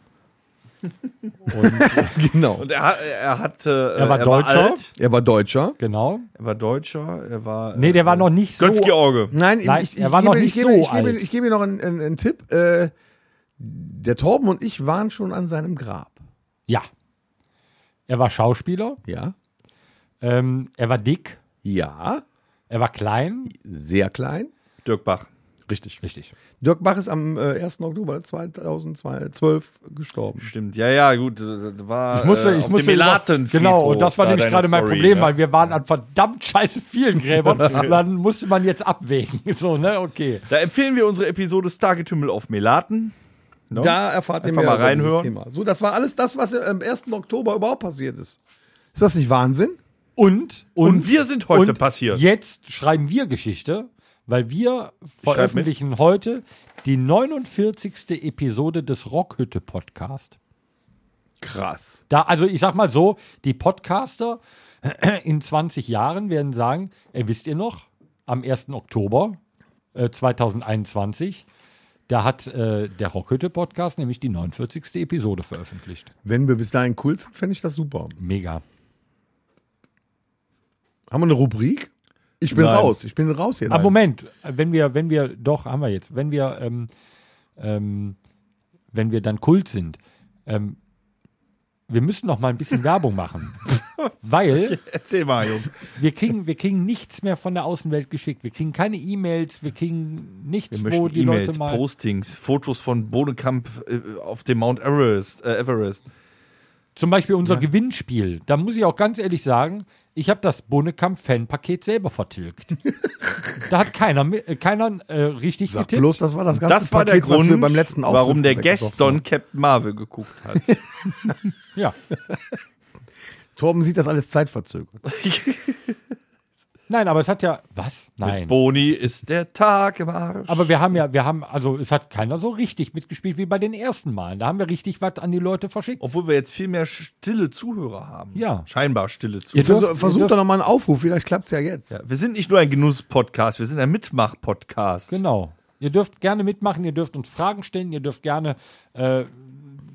S4: Genau.
S5: Und er, hat- er hatte.
S3: Er war Deutscher.
S5: alt,
S4: Er war Deutscher.
S3: Genau.
S5: er war Deutscher. Er war. äh,
S3: Nee, der war noch nicht so.
S5: Götz-George.
S4: Nein,
S3: Nein, er war noch
S4: ich
S3: nicht
S4: gebe,
S3: so
S4: ich gebe,
S3: alt.
S4: Ich gebe noch einen, einen, einen Tipp. Äh, der Torben und ich waren schon an seinem Grab.
S3: Ja. Er war Schauspieler.
S4: Ja?
S3: Ähm, er war dick.
S4: Ja.
S3: Er war klein.
S4: Sehr klein.
S5: Dirk Bach.
S4: Richtig.
S3: Richtig.
S4: Dirk Bach ist am äh, 1. Oktober 2012 gestorben.
S5: Stimmt. Ja, ja, gut. das- das War,
S3: Ich musste,
S5: äh,
S3: ich
S5: auf
S3: musste
S5: dem
S3: über-
S5: Melaten
S3: genau, und das war nämlich gerade mein Problem, weil
S5: Ne?
S3: wir waren an verdammt scheiße vielen Gräbern. und dann musste man jetzt abwägen. So, ne, okay.
S5: Da empfehlen wir unsere Episode Stargetümmel auf Melaten. Ne?
S4: Da erfahrt ihr
S5: Einfach
S4: mehr
S5: mal
S4: über dieses
S5: reinhören.
S4: Thema. So, das war alles das, was am 1. Oktober überhaupt passiert ist. Ist das nicht Wahnsinn?
S3: Und, und,
S5: Und wir sind heute passiert.
S3: Jetzt schreiben wir Geschichte, weil wir veröffentlichen heute die 49. Episode des Rockhütte Podcast.
S4: Krass.
S3: Da, also ich sag mal so, die Podcaster in 20 Jahren werden sagen, ey, wisst ihr noch, am 1. Oktober äh, 2021, da hat äh, der Rockhütte Podcast nämlich die 49. Episode veröffentlicht.
S4: Wenn wir bis dahin cool sind, fände ich das super.
S3: Mega.
S4: Haben wir eine Rubrik? Ich bin
S5: Nein.
S4: raus. Ich bin raus jetzt.
S3: Aber Moment, wenn wir, wenn wir, doch, haben wir jetzt, wenn wir, ähm, ähm, wenn wir dann Kult sind, ähm, wir müssen noch mal ein bisschen Werbung machen. Weil
S5: Erzähl mal, Junge.
S3: wir kriegen, wir kriegen nichts mehr von der Außenwelt geschickt. Wir kriegen keine E-Mails, wir kriegen nichts,
S5: Wir
S3: wo
S5: möchten
S3: die
S5: E-Mails,
S3: Leute mal.
S5: Postings, Fotos von Bodekamp äh, auf dem Mount Everest. Äh, Everest.
S3: Zum Beispiel unser Gewinnspiel. Da muss ich auch ganz ehrlich sagen, ich habe das Bonnekamp-Fanpaket selber vertilgt. da hat keiner, mi- äh, keiner äh, richtig
S4: Sag
S3: getippt.
S4: bloß, das war das ganze
S5: das war der
S4: Paket, was
S5: Grund,
S4: wir beim letzten Auftritt
S5: warum der
S4: weggeworfen haben.
S5: gestern Captain Marvel geguckt hat.
S3: Ja.
S4: Torben sieht das alles zeitverzögert.
S3: Nein, aber es hat ja. Was? Nein.
S5: Boni ist der Tag im Arsch.
S3: Aber wir haben ja, wir haben, also es hat keiner so richtig mitgespielt wie bei den ersten Malen. Da haben wir richtig was an die Leute
S4: Oh,
S3: verschickt.
S5: Obwohl wir jetzt viel mehr stille Zuhörer haben.
S3: Ja.
S5: Scheinbar stille Zuhörer.
S3: dürft-
S4: Versuch, versuch
S3: ihr dürft-
S4: doch nochmal einen Aufruf, vielleicht klappt es ja jetzt.
S5: Wir sind nicht nur ein Genuss-Podcast, wir sind ein Mitmach-Podcast.
S3: Genau. Ihr dürft gerne mitmachen, ihr dürft uns Fragen stellen, ihr dürft gerne äh,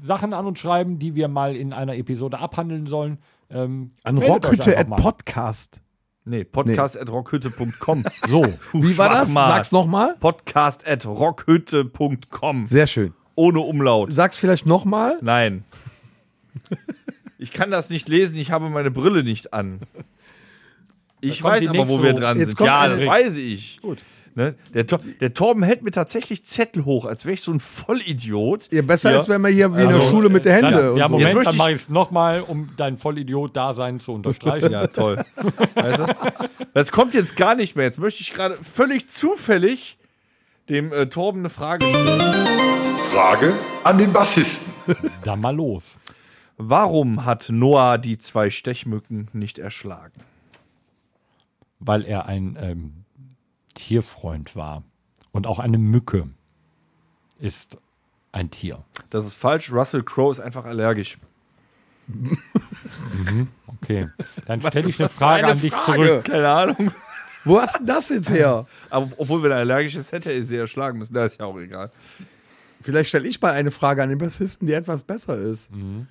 S3: Sachen an uns schreiben, die wir mal in einer Episode abhandeln sollen. Ähm,
S4: An
S3: meldet euch
S4: Rockhütte
S3: einfach
S4: at
S3: mal.
S4: Podcast.
S5: Nee, podcast at rockhütte.com.
S3: So.
S5: Wie
S4: Sag's nochmal.
S5: Podcast at rockhütte.com.
S4: Sehr schön.
S5: Ohne Umlaut.
S4: Sag's vielleicht nochmal.
S5: Nein. Ich kann das nicht lesen, ich habe meine Brille nicht an. Ich
S3: kommt
S5: weiß
S3: die
S5: aber, wo
S3: nächste
S5: wir
S3: Rubrik.
S5: dran
S4: Jetzt
S5: sind.
S4: kommt
S5: Ja,
S4: eine
S5: das
S4: Rubrik.
S5: weiß ich. Gut. Ne? Der, Tor der Torben hält mir tatsächlich Zettel hoch, als wäre ich so ein Vollidiot.
S4: Ja, besser
S5: Ja.
S4: als wenn wir hier wie in der
S5: Also,
S4: Schule mit der
S3: Dann,
S4: Hände und
S3: äh, ja,
S4: so.
S5: Jetzt
S3: Moment,
S5: möchte
S3: dann
S5: ich-
S3: mache ich es nochmal, um dein Vollidiot-Dasein zu unterstreichen.
S5: Ja, toll. Weißt du? Das kommt jetzt gar nicht mehr. Jetzt möchte ich gerade völlig zufällig dem äh, Torben eine Frage stellen.
S2: Frage an den Bassisten.
S3: Dann mal los.
S5: Warum hat Noah die zwei Stechmücken nicht erschlagen?
S3: Weil er ein ähm, Tierfreund war. Und auch eine Mücke ist Ein Tier.
S5: Das ist falsch. Russell Crowe ist einfach allergisch.
S3: Okay. Dann stelle ich eine Frage
S4: eine
S3: an dich
S4: Frage?
S3: zurück.
S5: Keine Ahnung.
S4: Wo hast du das jetzt her?
S5: Aber obwohl, wenn er allergisch ist, hätte er sie ja schlagen müssen. Da ist ja auch egal.
S4: Vielleicht stelle ich mal eine Frage an den Bassisten, die etwas besser ist.
S5: Mhm.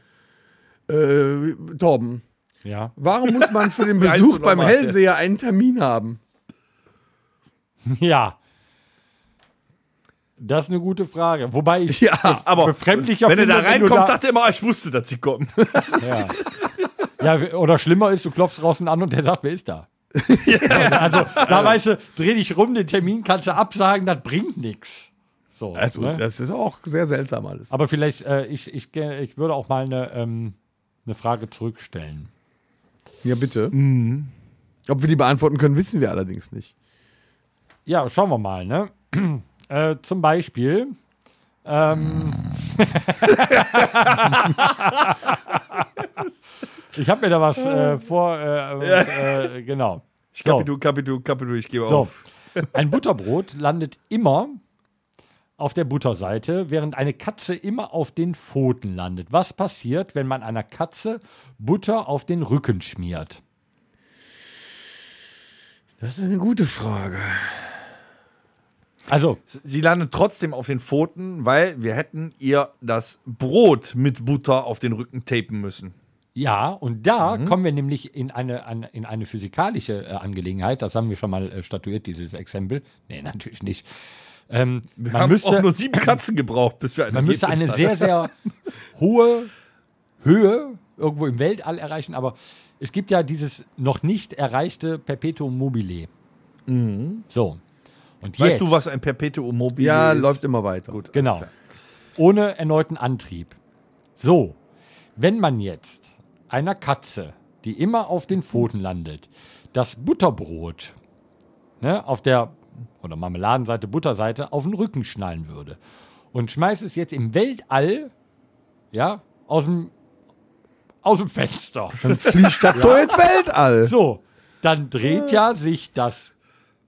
S4: Äh, Torben,
S3: Ja.
S4: warum muss man für den
S5: Wie heißt
S4: Besuch
S5: du
S4: beim
S5: nochmal?
S4: Hellseher einen Termin haben?
S3: Ja. Das ist eine gute Frage. Wobei ich
S4: Ja,
S3: es befremdlicher
S5: wenn er
S3: finde,
S5: da
S3: du
S5: reinkommt, sagt er immer, "Ah, ich wusste, dass sie kommen.
S3: Ja. ja, oder schlimmer ist, du klopfst draußen an und der sagt, wer ist da? Also, da weißt du, dreh dich rum, den Termin kannst du absagen, das bringt nichts. So,
S4: Also,
S3: ne?
S4: das ist auch sehr seltsam alles.
S3: Aber vielleicht, äh, ich, ich, ge- ich würde auch mal eine, ähm, eine Frage zurückstellen.
S4: Ja, bitte.
S5: Mhm.
S4: Ob wir die beantworten können, wissen wir allerdings nicht.
S3: Ja, schauen wir mal, ne? äh, zum Beispiel. Ähm, ich habe mir da was äh, vor. Äh, äh, genau. Ich
S5: Kapitu, Kapitu, Kapitu, ich gebe
S3: So,
S5: auf.
S3: ein Butterbrot landet immer auf der Butterseite, während eine Katze immer auf den Pfoten landet. Was passiert, wenn man einer Katze Butter auf den Rücken schmiert?
S4: Das ist eine gute Frage.
S3: Also,
S5: Sie landet trotzdem auf den Pfoten, weil wir hätten ihr das Brot mit Butter auf den Rücken tapen müssen.
S3: ja, und
S5: Mhm.
S3: da kommen wir nämlich in eine, an, in eine physikalische äh, Angelegenheit. Das haben wir schon mal äh, statuiert, dieses Exempel. Nee, natürlich nicht. Ähm,
S5: Wir
S3: man
S5: haben auch
S3: müsste,
S5: nur sieben Katzen gebraucht, bis wir ein
S3: man müsste
S5: Ergebnis
S3: eine
S5: hatten.
S3: sehr, sehr hohe Höhe irgendwo im Weltall erreichen, aber es gibt ja dieses noch nicht erreichte Perpetuum mobile. So. Und
S5: Mhm. Weißt
S3: jetzt,
S5: du, was ein Perpetuum mobile
S4: Ja,
S5: ist?
S4: läuft immer weiter.
S5: Gut,
S3: Genau. Ohne erneuten Antrieb. So, wenn man jetzt einer Katze, die immer auf den Pfoten landet, das Butterbrot ne, auf der oder Marmeladenseite, Butterseite auf den Rücken schnallen würde und schmeißt es jetzt im Weltall, ja, aus dem aus dem Fenster.
S4: Fliegt das ja. ins Weltall.
S3: So, dann dreht ja sich das,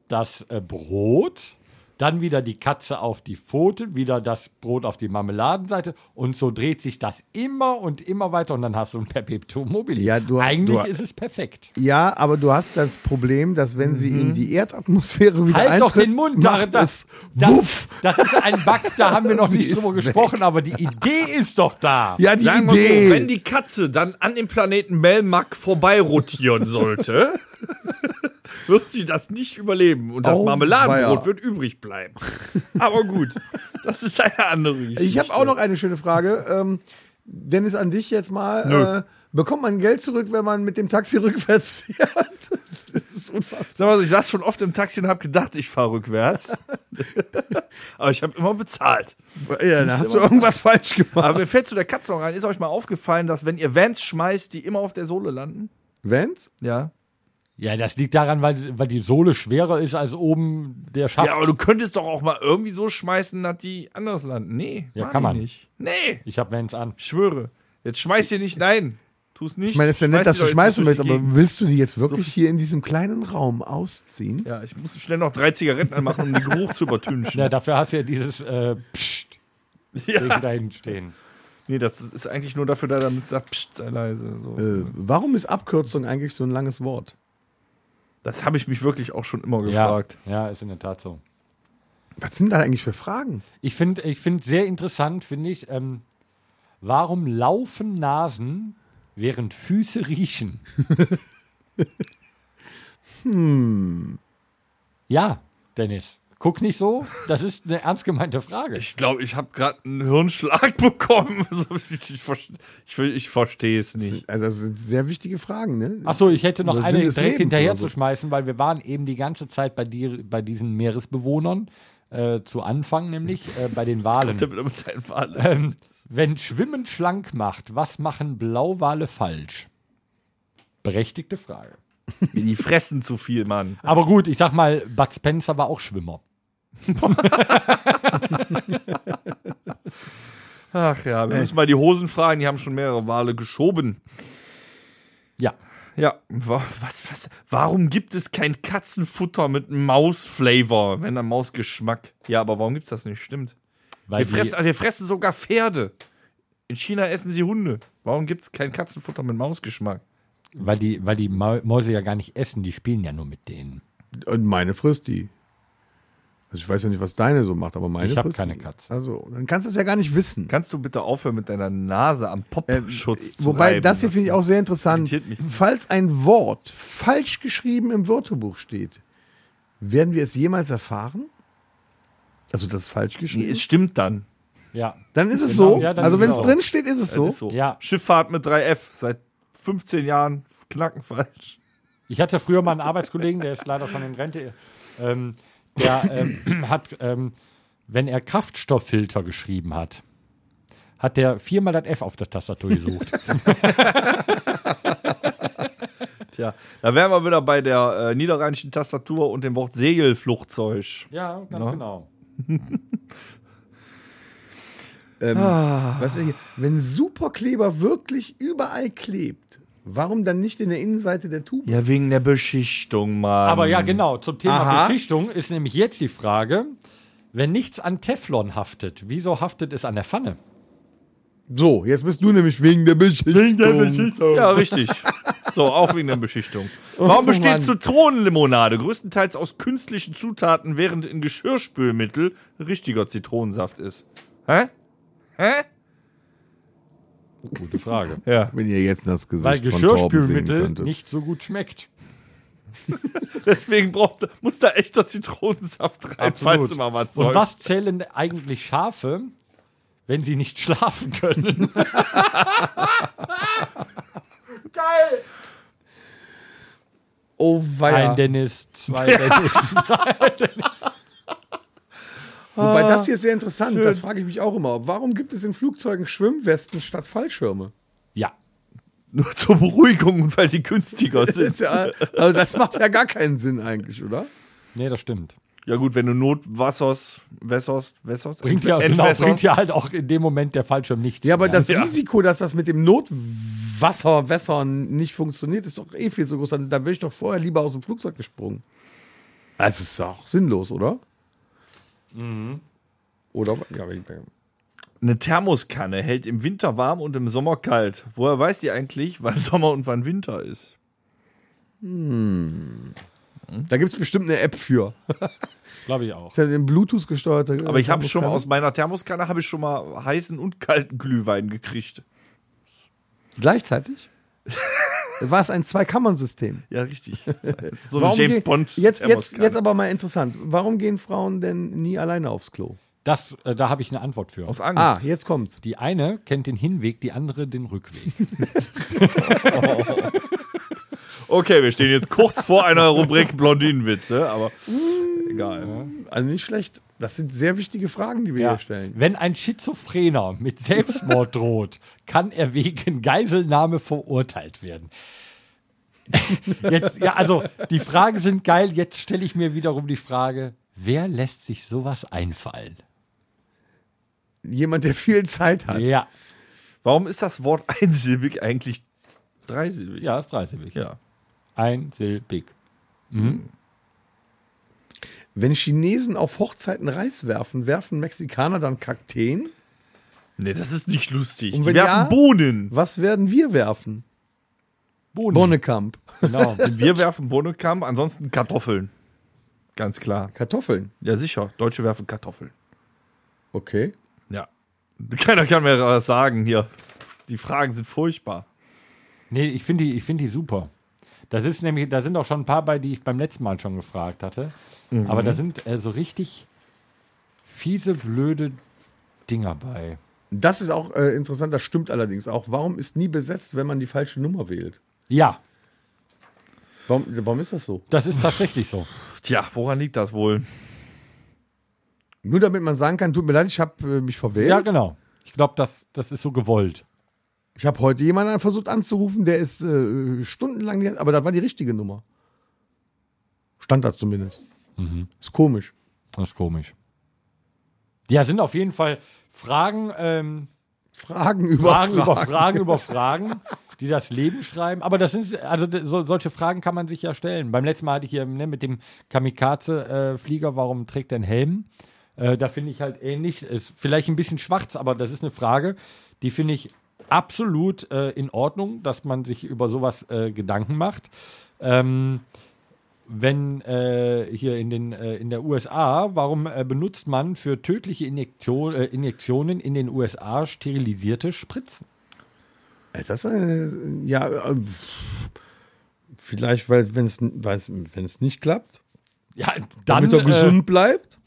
S3: das äh, Brot, dann wieder die Katze auf die Pfote, wieder das Brot auf die Marmeladenseite und so dreht sich das immer und immer weiter und dann hast du ein Perpetuum mobile.
S4: Ja, du-
S3: Eigentlich
S4: du-
S3: ist es perfekt.
S4: Ja, aber du hast das Problem, dass wenn sie
S5: Mhm.
S4: in die Erdatmosphäre wieder
S3: Halt
S4: eintritt,
S3: doch den Mund,
S4: macht das,
S3: das, das,
S4: wuff.
S3: das ist ein Bug, da haben wir noch
S4: Sie
S3: nicht drüber
S4: ist weg.
S3: gesprochen, aber die Idee ist doch da.
S4: Ja, die
S5: Sagen wir
S4: Idee.
S5: So, wenn die Katze dann an dem Planeten Melmac vorbeirotieren sollte, wird sie das nicht überleben und das
S4: Auweia.
S5: Marmeladenbrot wird übrig bleiben. Aber gut, das ist eine andere Geschichte.
S4: ich habe auch noch eine schöne Frage. Ähm, Dennis, an dich jetzt mal. Äh, bekommt man Geld zurück, wenn man mit dem Taxi rückwärts fährt? Das ist unfassbar.
S5: Sag mal so, ich saß schon oft im Taxi und habe gedacht, ich fahre rückwärts. Aber ich habe immer bezahlt.
S4: Ja, da hast du irgendwas falsch gemacht.
S5: Aber mir fällt zu der Katze noch rein. Ist euch mal aufgefallen, dass wenn ihr Vans schmeißt, die immer auf der Sohle landen?
S4: Vans?
S5: Ja.
S3: Ja, das liegt daran, weil, weil die Sohle schwerer ist als oben der Schaft.
S5: Ja, aber du könntest doch auch mal irgendwie so schmeißen, dass die anders landen. Nee.
S3: Ja,
S5: mag
S3: kann
S5: ich
S3: man.
S5: Nicht. Nee.
S3: ich habe Vans an.
S5: Schwöre. Jetzt schmeiß dir nicht, nein. Tu's nicht.
S4: Ich meine, es ist ja nett, dass du schmeißen willst, aber willst du die jetzt wirklich hier in diesem kleinen Raum ausziehen?
S5: Ja, ich muss schnell noch drei Zigaretten anmachen, um den Geruch zu übertünchen.
S3: Ja, dafür hast du ja dieses äh, Psst Ding dahin stehen.
S5: Nee, das ist eigentlich nur dafür da, damit es sagt, psst, sei leise. So.
S4: Äh, warum ist Abkürzung eigentlich so ein langes Wort?
S5: Das habe ich mich wirklich auch schon immer
S3: Ja,
S5: gefragt.
S3: ja, ist in der Tat so.
S4: Was sind da eigentlich für Fragen?
S3: Ich finde ich find sehr interessant, finde ich, ähm, warum laufen Nasen, während Füße riechen? hm. Hm. Ja, Dennis, guck nicht so, das ist eine ernst gemeinte Frage.
S5: Ich glaube, ich habe gerade einen Hirnschlag bekommen. Also, ich ich, verste- ich, will- ich verstehe es nicht.
S4: Also das sind sehr wichtige Fragen, ne?
S3: Ach so, ich hätte noch
S4: Oder
S3: eine
S4: Sinn des
S3: direkt
S4: Lebens
S3: hinterher
S4: oder so.
S3: zu schmeißen, weil wir waren eben die ganze Zeit bei, dir, bei diesen Meeresbewohnern, äh, zu Anfang nämlich, äh, bei den Walen.
S5: Damit einfach alle.
S3: Ähm, wenn Schwimmen schlank macht, was machen Blauwale falsch? Berechtigte Frage.
S5: Die fressen zu viel, Mann.
S3: Aber gut, ich sag mal, Bud Spencer war auch Schwimmer.
S5: Ach ja, wir müssen mal die Hosen fragen. Die haben schon mehrere Wale geschoben.
S3: Ja.
S5: Ja, wa- was, was, warum gibt es kein Katzenfutter mit Mausflavor, wenn dann Mausgeschmack? Ja, aber warum gibt's das nicht? Stimmt.
S3: Weil
S5: Wir fressen, also wir fressen sogar Pferde. In China essen sie Hunde. Warum gibt es kein Katzenfutter mit Mausgeschmack?
S3: die, weil die, weil die Mau- Mäuse ja gar nicht essen, die spielen ja nur mit denen.
S4: Und meine frisst die. Also ich weiß ja nicht, was deine so macht, aber meine
S3: Ich hab
S4: frisst
S3: keine
S4: die.
S3: Katze.
S4: Also, dann kannst du es ja gar nicht wissen.
S5: Kannst du bitte aufhören mit deiner Nase am Popschutz zu
S4: Wobei,
S5: reiben?
S4: das hier finde ich auch sehr interessant.
S5: irritiert mich.
S4: Falls ein Wort falsch geschrieben im Wörterbuch steht, werden wir es jemals erfahren? Also das ist falsch
S5: Nee,
S4: geschrieben?
S5: Es stimmt dann.
S3: Ja.
S4: dann ist es
S3: Genau,
S4: so.
S3: ja, dann
S4: also
S3: ist es
S4: wenn es
S3: auch.
S4: drin steht, ist es so.
S5: Ist so.
S3: Ja.
S5: Schifffahrt mit 3F seit 15 Jahren knackenfalsch.
S3: Ich hatte früher mal einen Arbeitskollegen, der ist leider schon in Rente. Ähm, der ähm, hat, ähm, wenn er Kraftstofffilter geschrieben hat, hat der viermal das F auf der Tastatur gesucht.
S5: Tja, da wären wir wieder bei der äh, niederrheinischen Tastatur und dem Wort Segelflugzeug.
S3: ja, ganz genau.
S4: Ähm, was ist hier? Wenn Superkleber wirklich überall klebt, warum dann nicht in der Innenseite der Tube?
S5: Ja, wegen der Beschichtung, Mann.
S3: Aber ja, genau. Zum
S4: Ähm,
S3: Thema
S4: Aha.
S3: Beschichtung ist nämlich jetzt die Frage, wenn nichts an Teflon haftet, wieso haftet es an der Pfanne?
S4: So, jetzt bist du nämlich wegen der Beschichtung. Wegen der Beschichtung.
S5: Ja, richtig. So, auch wegen der Beschichtung. Warum
S4: Oh,
S5: besteht
S4: Mann.
S5: Zitronenlimonade größtenteils aus künstlichen Zutaten, während in Geschirrspülmittel richtiger Zitronensaft ist? Hä? Hä?
S3: Gute Frage.
S5: Ja.
S4: Wenn ihr jetzt das Gesicht
S3: Weil
S4: von Torben sehen
S3: Geschirrspülmittel
S4: könntet.
S3: nicht so gut schmeckt.
S5: Deswegen braucht, muss da echter Zitronensaft rein, falls
S3: Absolut.
S5: immer was
S3: Und
S5: soll.
S3: was zählen eigentlich Schafe, wenn sie nicht schlafen können? Geil!
S4: Oh
S3: Ein
S4: weia.
S3: Dennis, zwei Dennis.
S4: Wobei das hier ist sehr interessant, das frage ich mich auch immer. Warum gibt es in Flugzeugen Schwimmwesten statt Fallschirme?
S3: Ja.
S5: Nur zur Beruhigung, und weil die günstiger
S4: Das ist
S5: sind.
S4: ja, also das macht ja gar keinen Sinn eigentlich, oder?
S3: Nee, das stimmt.
S5: Ja gut, wenn du Notwassers, Wässers, Wässers,
S3: Bringt ja, genau, bringt ja halt auch in dem Moment der Fallschirm nichts.
S4: Ja, aber
S3: mehr.
S4: das Risiko, dass das mit dem Notwasserwässern nicht funktioniert, ist doch eh viel zu groß. Dann, dann wäre ich doch vorher lieber aus dem Flugzeug gesprungen. Also ist auch sinnlos, oder? Mhm. Oder? Ja, aber ich-
S5: Eine Thermoskanne hält im Winter warm und im Sommer kalt. Woher weiß die eigentlich, wann Sommer und wann Winter ist?
S4: da gibt es bestimmt eine App für.
S3: glaube ich auch.
S4: Ist ja ein Bluetooth gesteuerter.
S5: Aber ich habe schon mal aus meiner Thermoskanne habe ich schon mal heißen und kalten Glühwein gekriegt.
S4: Gleichzeitig? War es ein Zwei-Kammern-System?
S5: Ja, richtig. So ein James
S4: gehen-
S5: Bond.
S4: Jetzt, jetzt,
S5: Thermoskanne.
S4: jetzt aber mal interessant. Warum gehen Frauen denn nie alleine aufs Klo?
S3: Das, äh, da habe ich eine Antwort für.
S5: aus Angst.
S4: Ah, jetzt kommt's.
S3: Die eine kennt den Hinweg, die andere den Rückweg.
S5: Okay, wir stehen jetzt kurz vor einer Rubrik Blondinenwitze, aber egal.
S4: Also nicht schlecht. Das sind sehr wichtige Fragen, die wir hier stellen.
S3: Wenn ein Schizophrener mit Selbstmord droht, kann er wegen Geiselnahme verurteilt werden. jetzt, ja, also die Fragen sind geil. Jetzt stelle ich mir wiederum die Frage: Wer lässt sich sowas einfallen?
S4: Jemand, der viel Zeit hat.
S3: Ja,
S5: Warum ist das Wort einsilbig eigentlich dreisilbig?
S3: ja, ist dreisilbig.
S5: Ja.
S3: Einsilbig.
S4: Wenn Chinesen auf Hochzeiten Reis werfen, werfen Mexikaner dann Kakteen?
S5: Nee, das ist nicht lustig.
S4: Und
S5: Die
S4: wenn
S5: werfen
S4: ja-
S5: Bohnen.
S4: Was werden wir werfen?
S3: Bohnen.
S4: Bonnekamp.
S3: Genau.
S5: Wir werfen Bohnenkamm, ansonsten Kartoffeln. Ganz klar.
S4: Kartoffeln.
S5: Ja, sicher. Deutsche werfen Kartoffeln.
S4: Okay.
S5: Ja. Keiner kann mir was sagen hier. Die Fragen sind furchtbar.
S3: Nee, ich finde die, ich find die super. Das ist nämlich, da sind auch schon ein paar bei, die ich beim letzten Mal schon gefragt hatte. Aber da sind äh, so richtig fiese, blöde Dinger bei.
S4: Das ist auch äh, interessant, das stimmt allerdings auch. Warum ist nie besetzt, wenn man die falsche Nummer wählt?
S3: Ja,
S4: Warum, warum ist das so?
S3: das ist tatsächlich so.
S5: Tja, woran liegt das wohl?
S4: Nur damit man sagen kann, tut mir leid, ich habe äh, mich verwählt.
S3: Ja, genau. Ich glaube, das, das ist so gewollt.
S4: Ich habe heute jemanden versucht anzurufen, der ist äh, stundenlang, die- aber das war die richtige Nummer. Stand da zumindest. Ist komisch.
S3: Das ist komisch. Ja, sind auf jeden Fall Fragen, ähm,
S4: Fragen über
S3: Fragen
S4: Fragen.
S3: über Fragen über Fragen, die das Leben schreiben. Aber das sind, also d- so, solche Fragen kann man sich äh, ja stellen. Beim letzten Mal hatte ich hier ne, mit dem Kamikaze-Flieger, warum trägt er einen Helm? Äh, da finde ich halt ähnlich. Ist vielleicht ein bisschen schwarz, aber das ist eine Frage, die finde ich absolut äh, in Ordnung, dass man sich über sowas äh, Gedanken macht. Ähm, wenn äh, hier in, den, äh, in der USA, warum äh, benutzt man für tödliche Injektion, äh, Injektionen in den USA sterilisierte Spritzen?
S4: Äh, Das äh, ja, äh, vielleicht, weil wenn es wenn es nicht klappt,
S3: Ja, äh,
S4: damit er gesund bleibt.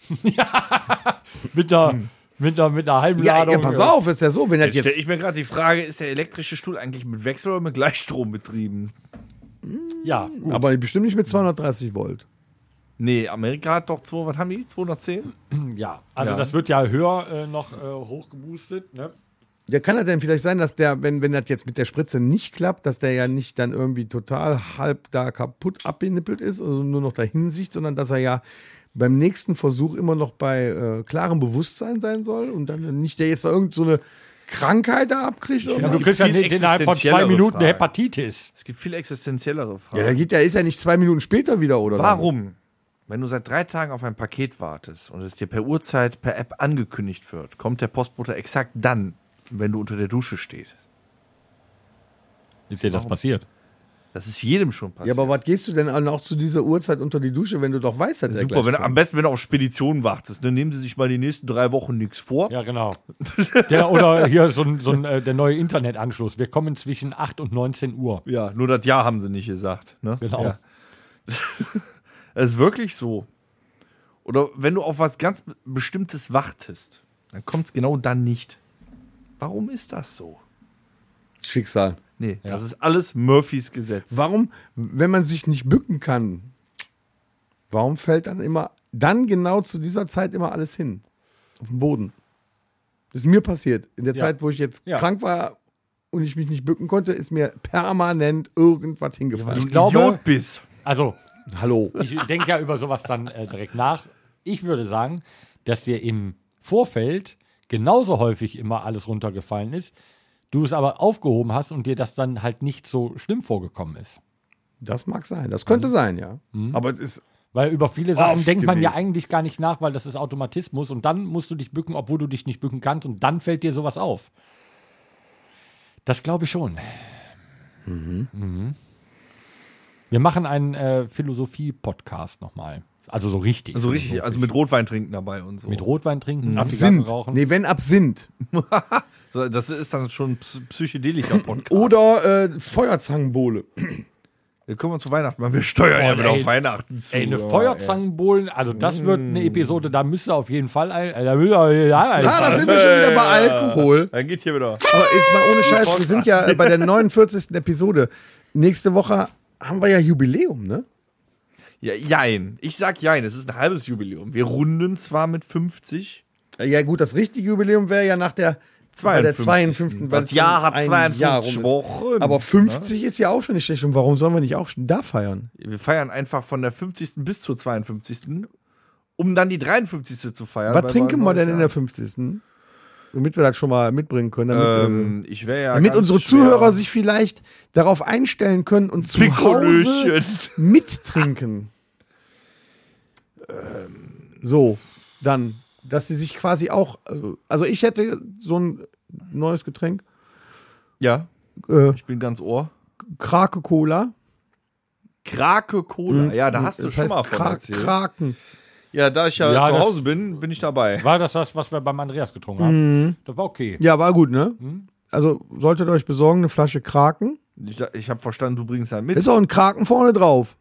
S3: mit einer, mit einer, mit äh, einer halben
S4: Ja,
S3: Ladung.
S4: ja, pass auf, ist ja so, wenn das
S5: Jetzt stelle
S4: jetzt
S5: ich mir gerade die Frage, ist der elektrische Stuhl eigentlich mit Wechsel oder mit Gleichstrom betrieben?
S3: Ja, gut.
S4: aber bestimmt nicht mit 230 Volt.
S5: Nee, Amerika hat doch, zwei, was haben die, 210?
S3: ja. Also
S5: Ja.
S3: das wird ja höher äh, noch äh, hochgeboostet. Ne?
S4: Ja, kann das denn vielleicht sein, dass der, wenn, wenn das jetzt mit der Spritze nicht klappt, dass der ja nicht dann irgendwie total halb da kaputt abgenippelt ist, also nur noch dahin sieht, sondern dass er ja beim nächsten Versuch immer noch bei äh, klarem Bewusstsein sein soll und dann nicht der jetzt da irgend so eine Krankheit da abkriegt.
S3: Ja,
S4: Oder?
S3: du
S5: gibt
S3: kriegst ja
S5: viel
S3: nicht innerhalb von zwei
S5: existenziellere
S3: Minuten
S5: Fragen.
S3: Hepatitis.
S5: Es gibt viel existenziellere
S4: Ja,
S5: Fragen.
S4: der geht ja, ist ja nicht zwei Minuten später wieder, oder?
S5: Warum, wenn du seit drei Tagen auf ein Paket wartest und es dir per Uhrzeit per App angekündigt wird, kommt der Postbote exakt dann, wenn du unter der Dusche stehst?
S3: Ist dir das passiert?
S5: Das ist jedem schon passiert.
S4: Ja, aber was gehst du denn auch zu dieser Uhrzeit unter die Dusche, wenn du doch weißt, dass der
S5: Super,
S4: gleich
S5: wenn,
S4: kommt?
S5: am besten, wenn du auf Spedition wartest. Dann nehmen sie sich mal die nächsten drei Wochen nichts vor.
S3: Ja, genau. Der, oder hier so, ein- so ein, äh, der neue Internetanschluss. Wir kommen zwischen 8 und 19 Uhr.
S5: Ja, nur das Ja haben sie nicht gesagt. Ne?
S3: Genau.
S5: Ja. Das ist wirklich so. Oder wenn du auf was ganz Be- Bestimmtes wartest, dann kommt es genau dann nicht. Warum ist das so?
S4: Schicksal.
S5: Nee, das ist alles Murphys Gesetz.
S4: Warum, wenn man sich nicht bücken kann, warum fällt dann immer, dann genau zu dieser Zeit immer alles hin? Auf den Boden. Das ist mir passiert. In der
S3: Ja.
S4: Zeit, wo ich jetzt
S3: Ja.
S4: krank war und ich mich nicht bücken konnte, ist mir permanent irgendwas
S3: weil
S4: hingefallen.
S3: ich glaube-
S5: Idiot bist.
S3: Also,
S4: Hallo.
S3: ich denke ja über sowas dann äh, direkt nach. Ich würde sagen, dass dir im Vorfeld genauso häufig immer alles runtergefallen ist, du es aber aufgehoben hast und dir das dann halt nicht so schlimm vorgekommen ist.
S4: Das mag sein. Das
S3: Mhm.
S4: könnte sein, ja. Aber es ist,
S3: Weil über viele Sachen
S4: Oft
S3: denkt man ja
S4: gewesen.
S3: eigentlich gar nicht nach, weil das ist Automatismus und dann musst du dich bücken, obwohl du dich nicht bücken kannst und dann fällt dir sowas auf. Das glaube ich schon. Mhm. Wir machen einen äh, Philosophie-Podcast nochmal. Also so richtig.
S5: Also richtig,
S3: philosophisch.
S5: also mit Rotwein trinken dabei und so.
S3: mit Rotwein trinken, Zigarren
S4: Absinth.
S3: rauchen.
S4: Mhm. Nee, wenn Absinth.
S5: So, Das ist dann schon ein ps- psychedelischer Podcast.
S4: Oder äh, Feuerzangenbowle.
S5: Wir kommen zu Weihnachten, machen wir steuern
S3: Boah,
S5: ja wieder
S3: ey,
S5: auf Weihnachten zu.
S3: Ey, ne eine
S5: Ja,
S3: Feuerzangenbowlen, also das wird
S4: Mhm.
S3: eine Episode, da müsste auf jeden Fall ein, äh, da müsste auf jeden Fall ein-
S4: Ah, da sind wir schon wieder bei Alkohol.
S5: Dann geht hier wieder.
S4: Aber jetzt mal ohne Scheiß, wir sind ja äh, bei der 49. Episode. Nächste Woche haben wir ja Jubiläum, ne?
S5: Ja, jein. Ich sag jein, es ist ein halbes Jubiläum. Wir runden zwar mit 50.
S4: Ja gut, das richtige Jubiläum wäre ja nach der 52. Bei der 52. weil
S5: Das
S4: es
S5: Jahr
S4: schon
S5: hat
S4: ein
S5: 52
S4: Jahr rum ist.
S5: Wochen. ne?
S4: Aber 50 ist ja auch schon nicht schlecht. Und warum sollen wir nicht auch schon da feiern?
S5: Wir feiern einfach von der 50. bis zur 52. Um dann die 53. zu feiern. weil
S4: Was trinken wir
S5: ein
S4: denn
S5: neues
S4: in der 50.? Damit wir das schon mal mitbringen können.
S5: Jahr-
S4: Damit, ähm,
S5: ähm, Ich wäre ja.
S4: damit
S5: ganz
S4: unsere
S5: schwer-
S4: Zuhörer sich vielleicht darauf einstellen können und zu Hause
S5: Pikolöchen.
S4: mittrinken. Ähm, so, dann, dass sie sich quasi auch, äh, also ich hätte so ein neues Getränk,
S5: Ja,
S4: äh,
S5: ich bin ganz ohr.
S4: Krake Cola.
S5: Krake Cola. Ah Ja, da hast du
S4: Hm. Das
S5: schon
S4: heißt
S5: mal von
S4: Kra-
S5: erzählt.
S4: Kraken.
S5: ja, da ich ja,
S3: Ja,
S5: zu
S3: das-
S5: Hause bin, bin ich dabei.
S3: War das das, was wir beim Andreas getrunken haben? Das war okay.
S4: Mhm. Ja, war gut, ne?
S5: Hm?
S4: Also solltet ihr euch besorgen, eine Flasche Kraken.
S5: Ich, ich habe verstanden, du bringst einen mit.
S4: Ist auch ein Kraken vorne drauf.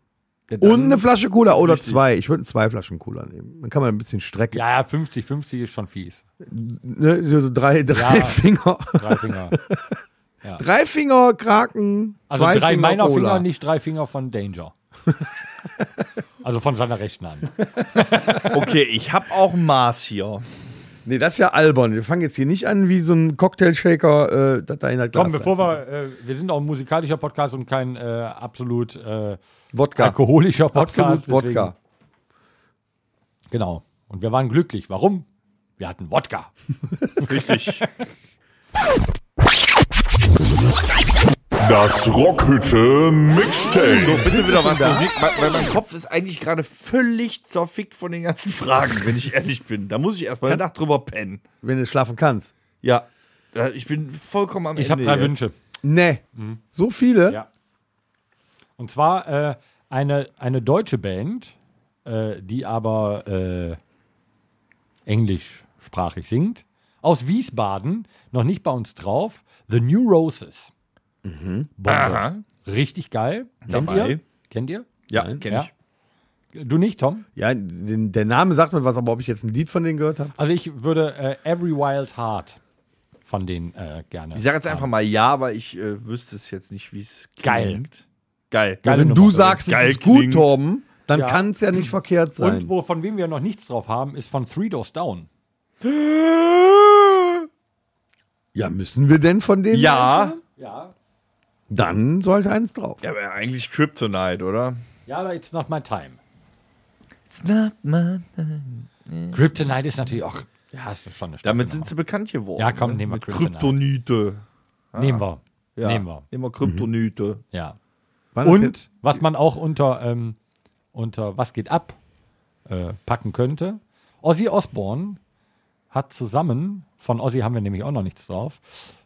S5: Ja, dann-
S4: Und eine Flasche Cola oder
S5: Richtig.
S4: zwei. Ich würde zwei Flaschen Cola nehmen. Dann kann man ein bisschen strecken.
S3: Ja, ja, 50, 50 ist schon fies.
S4: Ne? So drei drei
S3: Ja.
S4: Finger.
S3: Drei Finger.
S4: Drei Finger Kraken.
S3: Also
S4: zwei
S3: drei
S4: Finger
S3: meiner
S4: Cola.
S3: Finger, nicht drei Finger von Danger. also von seiner rechten Hand.
S5: Okay, ich habe auch ein Maß hier.
S4: Nee, das ist ja albern. Wir fangen jetzt hier nicht an wie so ein Cocktail-Shaker, äh, das da in der Glas
S3: Komm, bevor wir, äh, wir sind auch ein musikalischer Podcast und kein äh, absolut äh,
S4: Wodka.
S3: alkoholischer Podcast.
S4: Absolut
S3: deswegen-
S4: Wodka.
S3: Genau. Und wir waren glücklich. Warum? Wir hatten Wodka.
S5: Richtig.
S2: Das Rockhütte
S5: So,
S2: Mixtape.
S5: bitte wieder was Musik, weil weil mein Kopf ist eigentlich gerade völlig zerfickt von den ganzen Fragen, wenn ich ehrlich bin. Da muss ich erstmal eine Nacht drüber pennen.
S4: Wenn du schlafen kannst.
S5: Ja. Äh, Ich bin vollkommen am
S3: Ich habe
S5: Ende.
S3: drei
S5: jetzt.
S3: Wünsche.
S4: Nee. Ne. So viele?
S3: Mhm. Ja. Und zwar äh, eine, eine deutsche Band, äh, die aber äh, englischsprachig singt, aus Wiesbaden, noch nicht bei uns drauf, The New Roses. Bombe.
S5: Aha.
S3: Richtig geil. Kennt
S5: Dabei.
S3: ihr? Kennt ihr?
S5: Ja, kenn ich.
S3: Du nicht, Tom?
S4: Ja, den, der Name sagt mir was, aber ob ich jetzt ein Lied von denen gehört habe?
S3: Also ich würde äh, Every Wild Heart von denen äh, gerne.
S5: Ich sage jetzt einfach mal ja, weil ich äh, wüsste es jetzt nicht, wie es
S3: Geil.
S5: klingt. Geil.
S3: Geile
S4: Wenn
S3: Nummer.
S4: du sagst,
S5: Geil
S4: es ist gut,
S5: klingt.
S4: Torben, dann
S3: Ja.
S4: kann es ja nicht verkehrt sein.
S3: Und wo, von wem wir noch nichts drauf haben, ist von Three Doors Down.
S4: Ja, müssen wir denn von denen?
S5: Ja.
S3: Ja.
S4: Dann sollte eins drauf.
S5: Ja, aber eigentlich Kryptonite, oder?
S3: Ja, aber it's not my time.
S5: It's not my
S3: Kryptonite ist natürlich auch. Ja, ist schon eine starke
S5: Damit
S3: Nummer.
S5: sind sie bekannt geworden.
S3: Genau.
S5: ne?
S3: Ja, komm, nehmen wir
S5: Mit
S3: Kryptonite.
S5: Kryptonite.
S3: ne? Nehmen wir.
S5: Ja,
S3: Nehmen wir.
S5: Nehmen wir Kryptonite.
S3: Ja.
S4: Wann hat jetzt-
S3: Und was man auch unter, ähm, unter Was geht ab äh, packen könnte. Ozzy Osbourne hat zusammen, von Ozzy haben wir nämlich auch noch nichts drauf,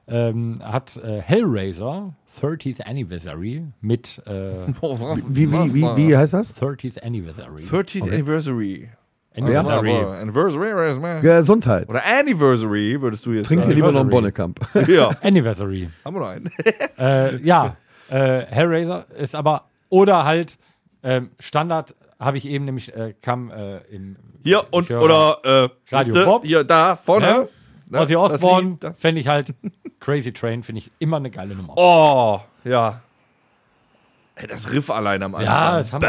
S3: ähm, hat äh, Hellraiser 30th Anniversary mit äh,
S5: Oh, was-
S4: Wie,
S5: was
S4: wie, wie,
S5: war-
S4: wie heißt das?
S3: 30th Anniversary.
S5: 30th Anniversary.
S3: Anniversary.
S5: Aber Anniversary. ist mal-
S4: Gesundheit.
S5: Oder Anniversary, würdest du jetzt
S4: Trink dir
S5: sagen.
S4: lieber noch einen Bonnekamp.
S5: Ja,
S3: Anniversary.
S5: haben wir noch einen.
S3: äh, ja, äh, Hellraiser ist aber, oder halt ähm, Standard habe ich eben nämlich, äh, kam äh, im
S5: Hier und,
S3: ich höre-
S5: oder, äh,
S3: Radio
S5: siehste,
S3: Bob.
S5: Hier, da, vorne.
S3: ne?
S5: Ne?
S3: Ozzy
S5: Das
S3: Osbourne
S5: Lied, da.
S3: fände ich halt Crazy Train, finde ich immer eine geile Nummer.
S5: Oh, ja. Ey, das Riff allein am Anfang.
S3: Ja, das haben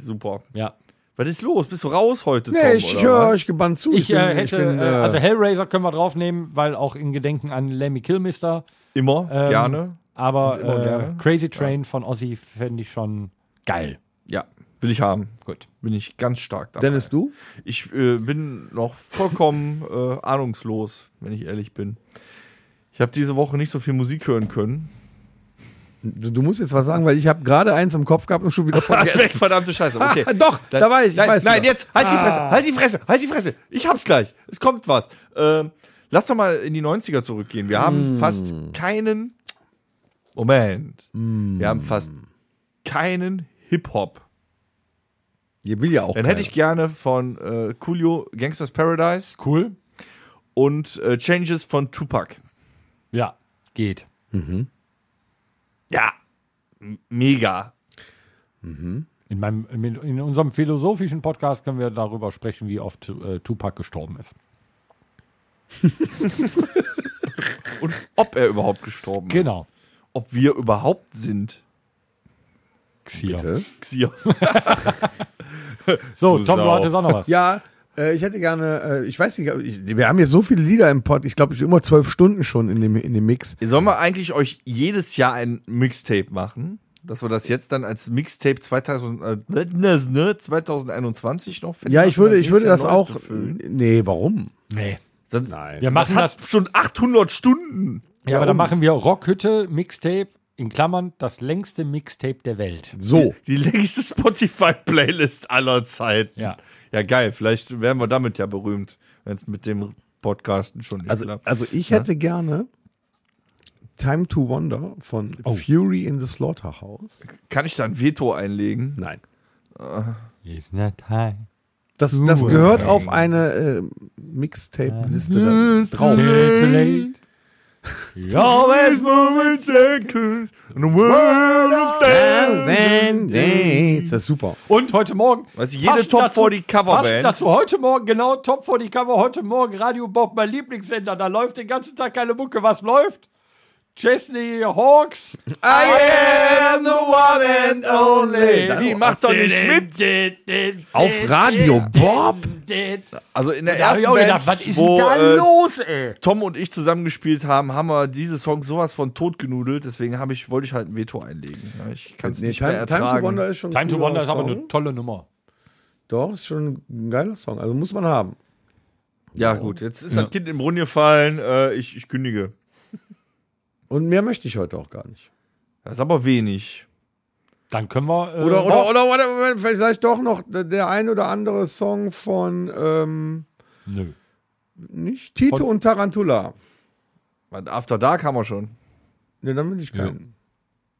S5: Super.
S3: Ja.
S5: Was ist los? Bist du raus heute,
S4: Nee,
S5: Tom,
S4: ich
S5: oder
S4: höre
S5: was?
S4: euch gebannt zu.
S3: Ich, äh, hätte,
S4: bin,
S3: äh, also Hellraiser können wir draufnehmen, weil auch in Gedenken an Lemmy Kilmister.
S5: Immer,
S3: Ähm,
S5: gerne.
S3: Aber
S5: immer
S3: äh,
S5: gerne.
S3: Crazy Train von Ozzy fände ich schon geil.
S5: Ja, will ich haben.
S3: Gut.
S5: Bin ich ganz stark dabei.
S4: Dennis, du?
S5: Ich äh, bin noch vollkommen äh, ahnungslos, wenn ich ehrlich bin. Ich habe diese Woche nicht so viel Musik hören können.
S4: du? Du musst jetzt was sagen, weil ich habe gerade eins im Kopf gehabt und schon wieder vergessen.
S5: Verdammte Scheiße. Okay.
S4: Doch, da war ich. ich
S5: nein,
S4: weiß
S5: nein
S4: wieder.
S5: jetzt halt die Fresse, halt die Fresse, halt die Fresse. Ich hab's gleich. Es kommt was. Ähm, lass doch mal in die 90er zurückgehen. Wir haben fast keinen Moment. Wir haben fast keinen Hip-Hop.
S4: Hier will ja auch.
S5: Dann hätte ich gerne von äh, Coolio Gangsters Paradise
S3: Cool?
S5: und äh, Changes von Tupac.
S3: Ja, geht.
S5: Ja. Mega.
S3: In, meinem, in in unserem philosophischen Podcast können wir darüber sprechen, wie oft äh, Tupac gestorben ist.
S5: Und ob er überhaupt gestorben ist.
S3: Genau.
S5: Ob wir überhaupt sind.
S3: Xia.
S4: Bitte?
S5: Xia.
S3: So,
S5: Du
S3: Tom, du
S5: Sau.
S3: hattest auch noch was.
S4: Ja, äh, ich hätte gerne, äh, ich weiß nicht, ich, wir haben jetzt so viele Lieder im Pod, ich glaube, ich immer zwölf Stunden schon in dem, in dem Mix.
S5: Sollen wir eigentlich euch jedes Jahr ein Mixtape machen? Dass wir das jetzt dann als Mixtape 2000, äh, ne, 2021 noch finden?
S4: Ja, ich würde, ich würde das auch.
S5: Befüllen.
S4: Nee, warum?
S3: Nee.
S5: Nein.
S3: Wir machen das.
S5: Schon 800 Stunden.
S3: Ja, aber dann machen wir Rockhütte Mixtape in Klammern das längste Mixtape der Welt.
S4: So.
S5: Die längste Spotify-Playlist aller Zeiten.
S3: Ja.
S5: Ja, geil. Vielleicht werden wir damit ja berühmt, wenn es mit dem Podcasten schon nicht
S4: Also,
S5: klappt.
S4: also ich hätte gerne Time to Wonder von
S5: Oh.
S4: Fury in the Slaughterhouse.
S5: Kann ich da ein Veto einlegen?
S4: Nein.
S3: It's not high.
S4: Das, das gehört auf eine äh, Mixtape-Liste da drauf.
S3: It's late. You're always moving
S5: Seconds in a world of dance.
S4: Das ist super.
S3: Und heute Morgen.
S5: Was, jede Top 40 Coverband?
S3: Passt dazu heute Morgen, genau, Top 40 Cover. Heute Morgen Radio Bob, mein Lieblingssender. Da läuft den ganzen Tag keine Mucke. Was läuft? Chesney Hawks.
S4: I am the one and only.
S5: Die macht doch nicht mit.
S4: Auf Radio Bob.
S5: Also in der
S3: Da hab
S5: ersten
S3: ich auch
S5: Band,
S3: gedacht, was ist
S5: wo
S3: denn da
S5: äh,
S3: los, ey?
S5: Tom und ich zusammengespielt haben, haben wir diese Songs sowas von totgenudelt. Deswegen hab ich, wollte ich halt ein Veto einlegen. Ja, Ich kann es
S4: Nee,
S5: nicht mehr
S4: Time,
S5: ertragen.
S4: Time to Wonder ist schon ein
S3: Time to
S4: cooler
S3: Wonder ist aber
S4: Song.
S3: eine tolle Nummer.
S4: Doch, ist schon ein geiler Song. Also muss man haben. Oh.
S5: ja gut, jetzt ist das Kind im Brunnen gefallen. Äh, ich, ich kündige.
S4: Und mehr möchte ich heute auch gar nicht.
S5: Das ist aber wenig.
S3: Dann können wir. Äh,
S4: Oder, oder, oder, oder, vielleicht doch noch der ein oder andere Song von, ähm,
S3: Nö.
S4: nicht? Tito
S3: Von-
S4: und Tarantula.
S5: Weil After Dark haben wir schon.
S4: Ne, dann will ich keinen.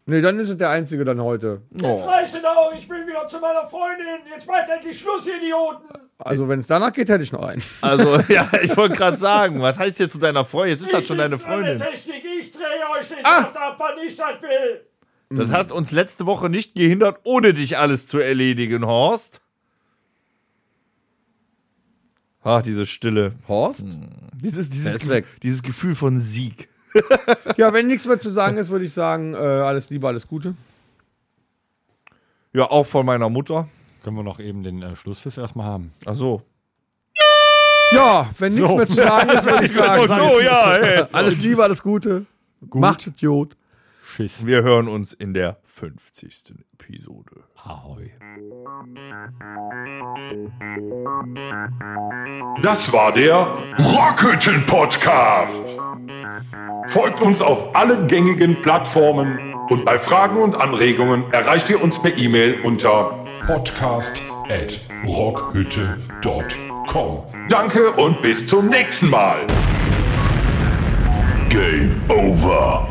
S4: Ne, dann ist es der einzige dann heute.
S1: Jetzt
S3: Oh.
S1: reicht es auch, ich will wieder zu meiner Freundin. Jetzt macht endlich Schluss, ihr Idioten.
S4: Also, wenn es danach geht, hätte ich noch einen.
S5: Also, ja, ich wollte gerade sagen, was heißt jetzt zu deiner Freundin? Jetzt ist das
S1: Ich
S5: schon deine
S1: sitz an der
S5: Freundin. Ah!
S1: Technik, ich drehe euch den Saft ab, wann ich das will.
S5: Das hat uns letzte Woche nicht gehindert, ohne dich alles zu erledigen, Horst. Ach, diese Stille.
S4: Horst?
S5: Dieses,
S4: Der
S5: dieses,
S4: ist
S5: Gef-
S4: weg.
S5: dieses Gefühl von Sieg.
S4: Ja, wenn nichts mehr zu sagen ist, würde ich sagen, äh, alles Liebe, alles Gute.
S5: Ja, auch von meiner Mutter.
S3: Können wir noch eben den äh, Schlusspfiff erstmal haben?
S5: Ach so.
S4: Ja, wenn nichts mehr zu sagen ist, würde ich sagen,
S5: Oh ja, ey.
S4: alles Liebe, alles Gute. Macht es Jod.
S3: Schiss.
S5: Wir hören uns in der 50. Episode.
S3: Ahoi.
S2: Das war der Rockhütten Podcast. Folgt uns auf allen gängigen Plattformen und bei Fragen und Anregungen erreicht ihr uns per E-Mail unter podcast@rockhütte.com. Danke und bis zum nächsten Mal. Game over.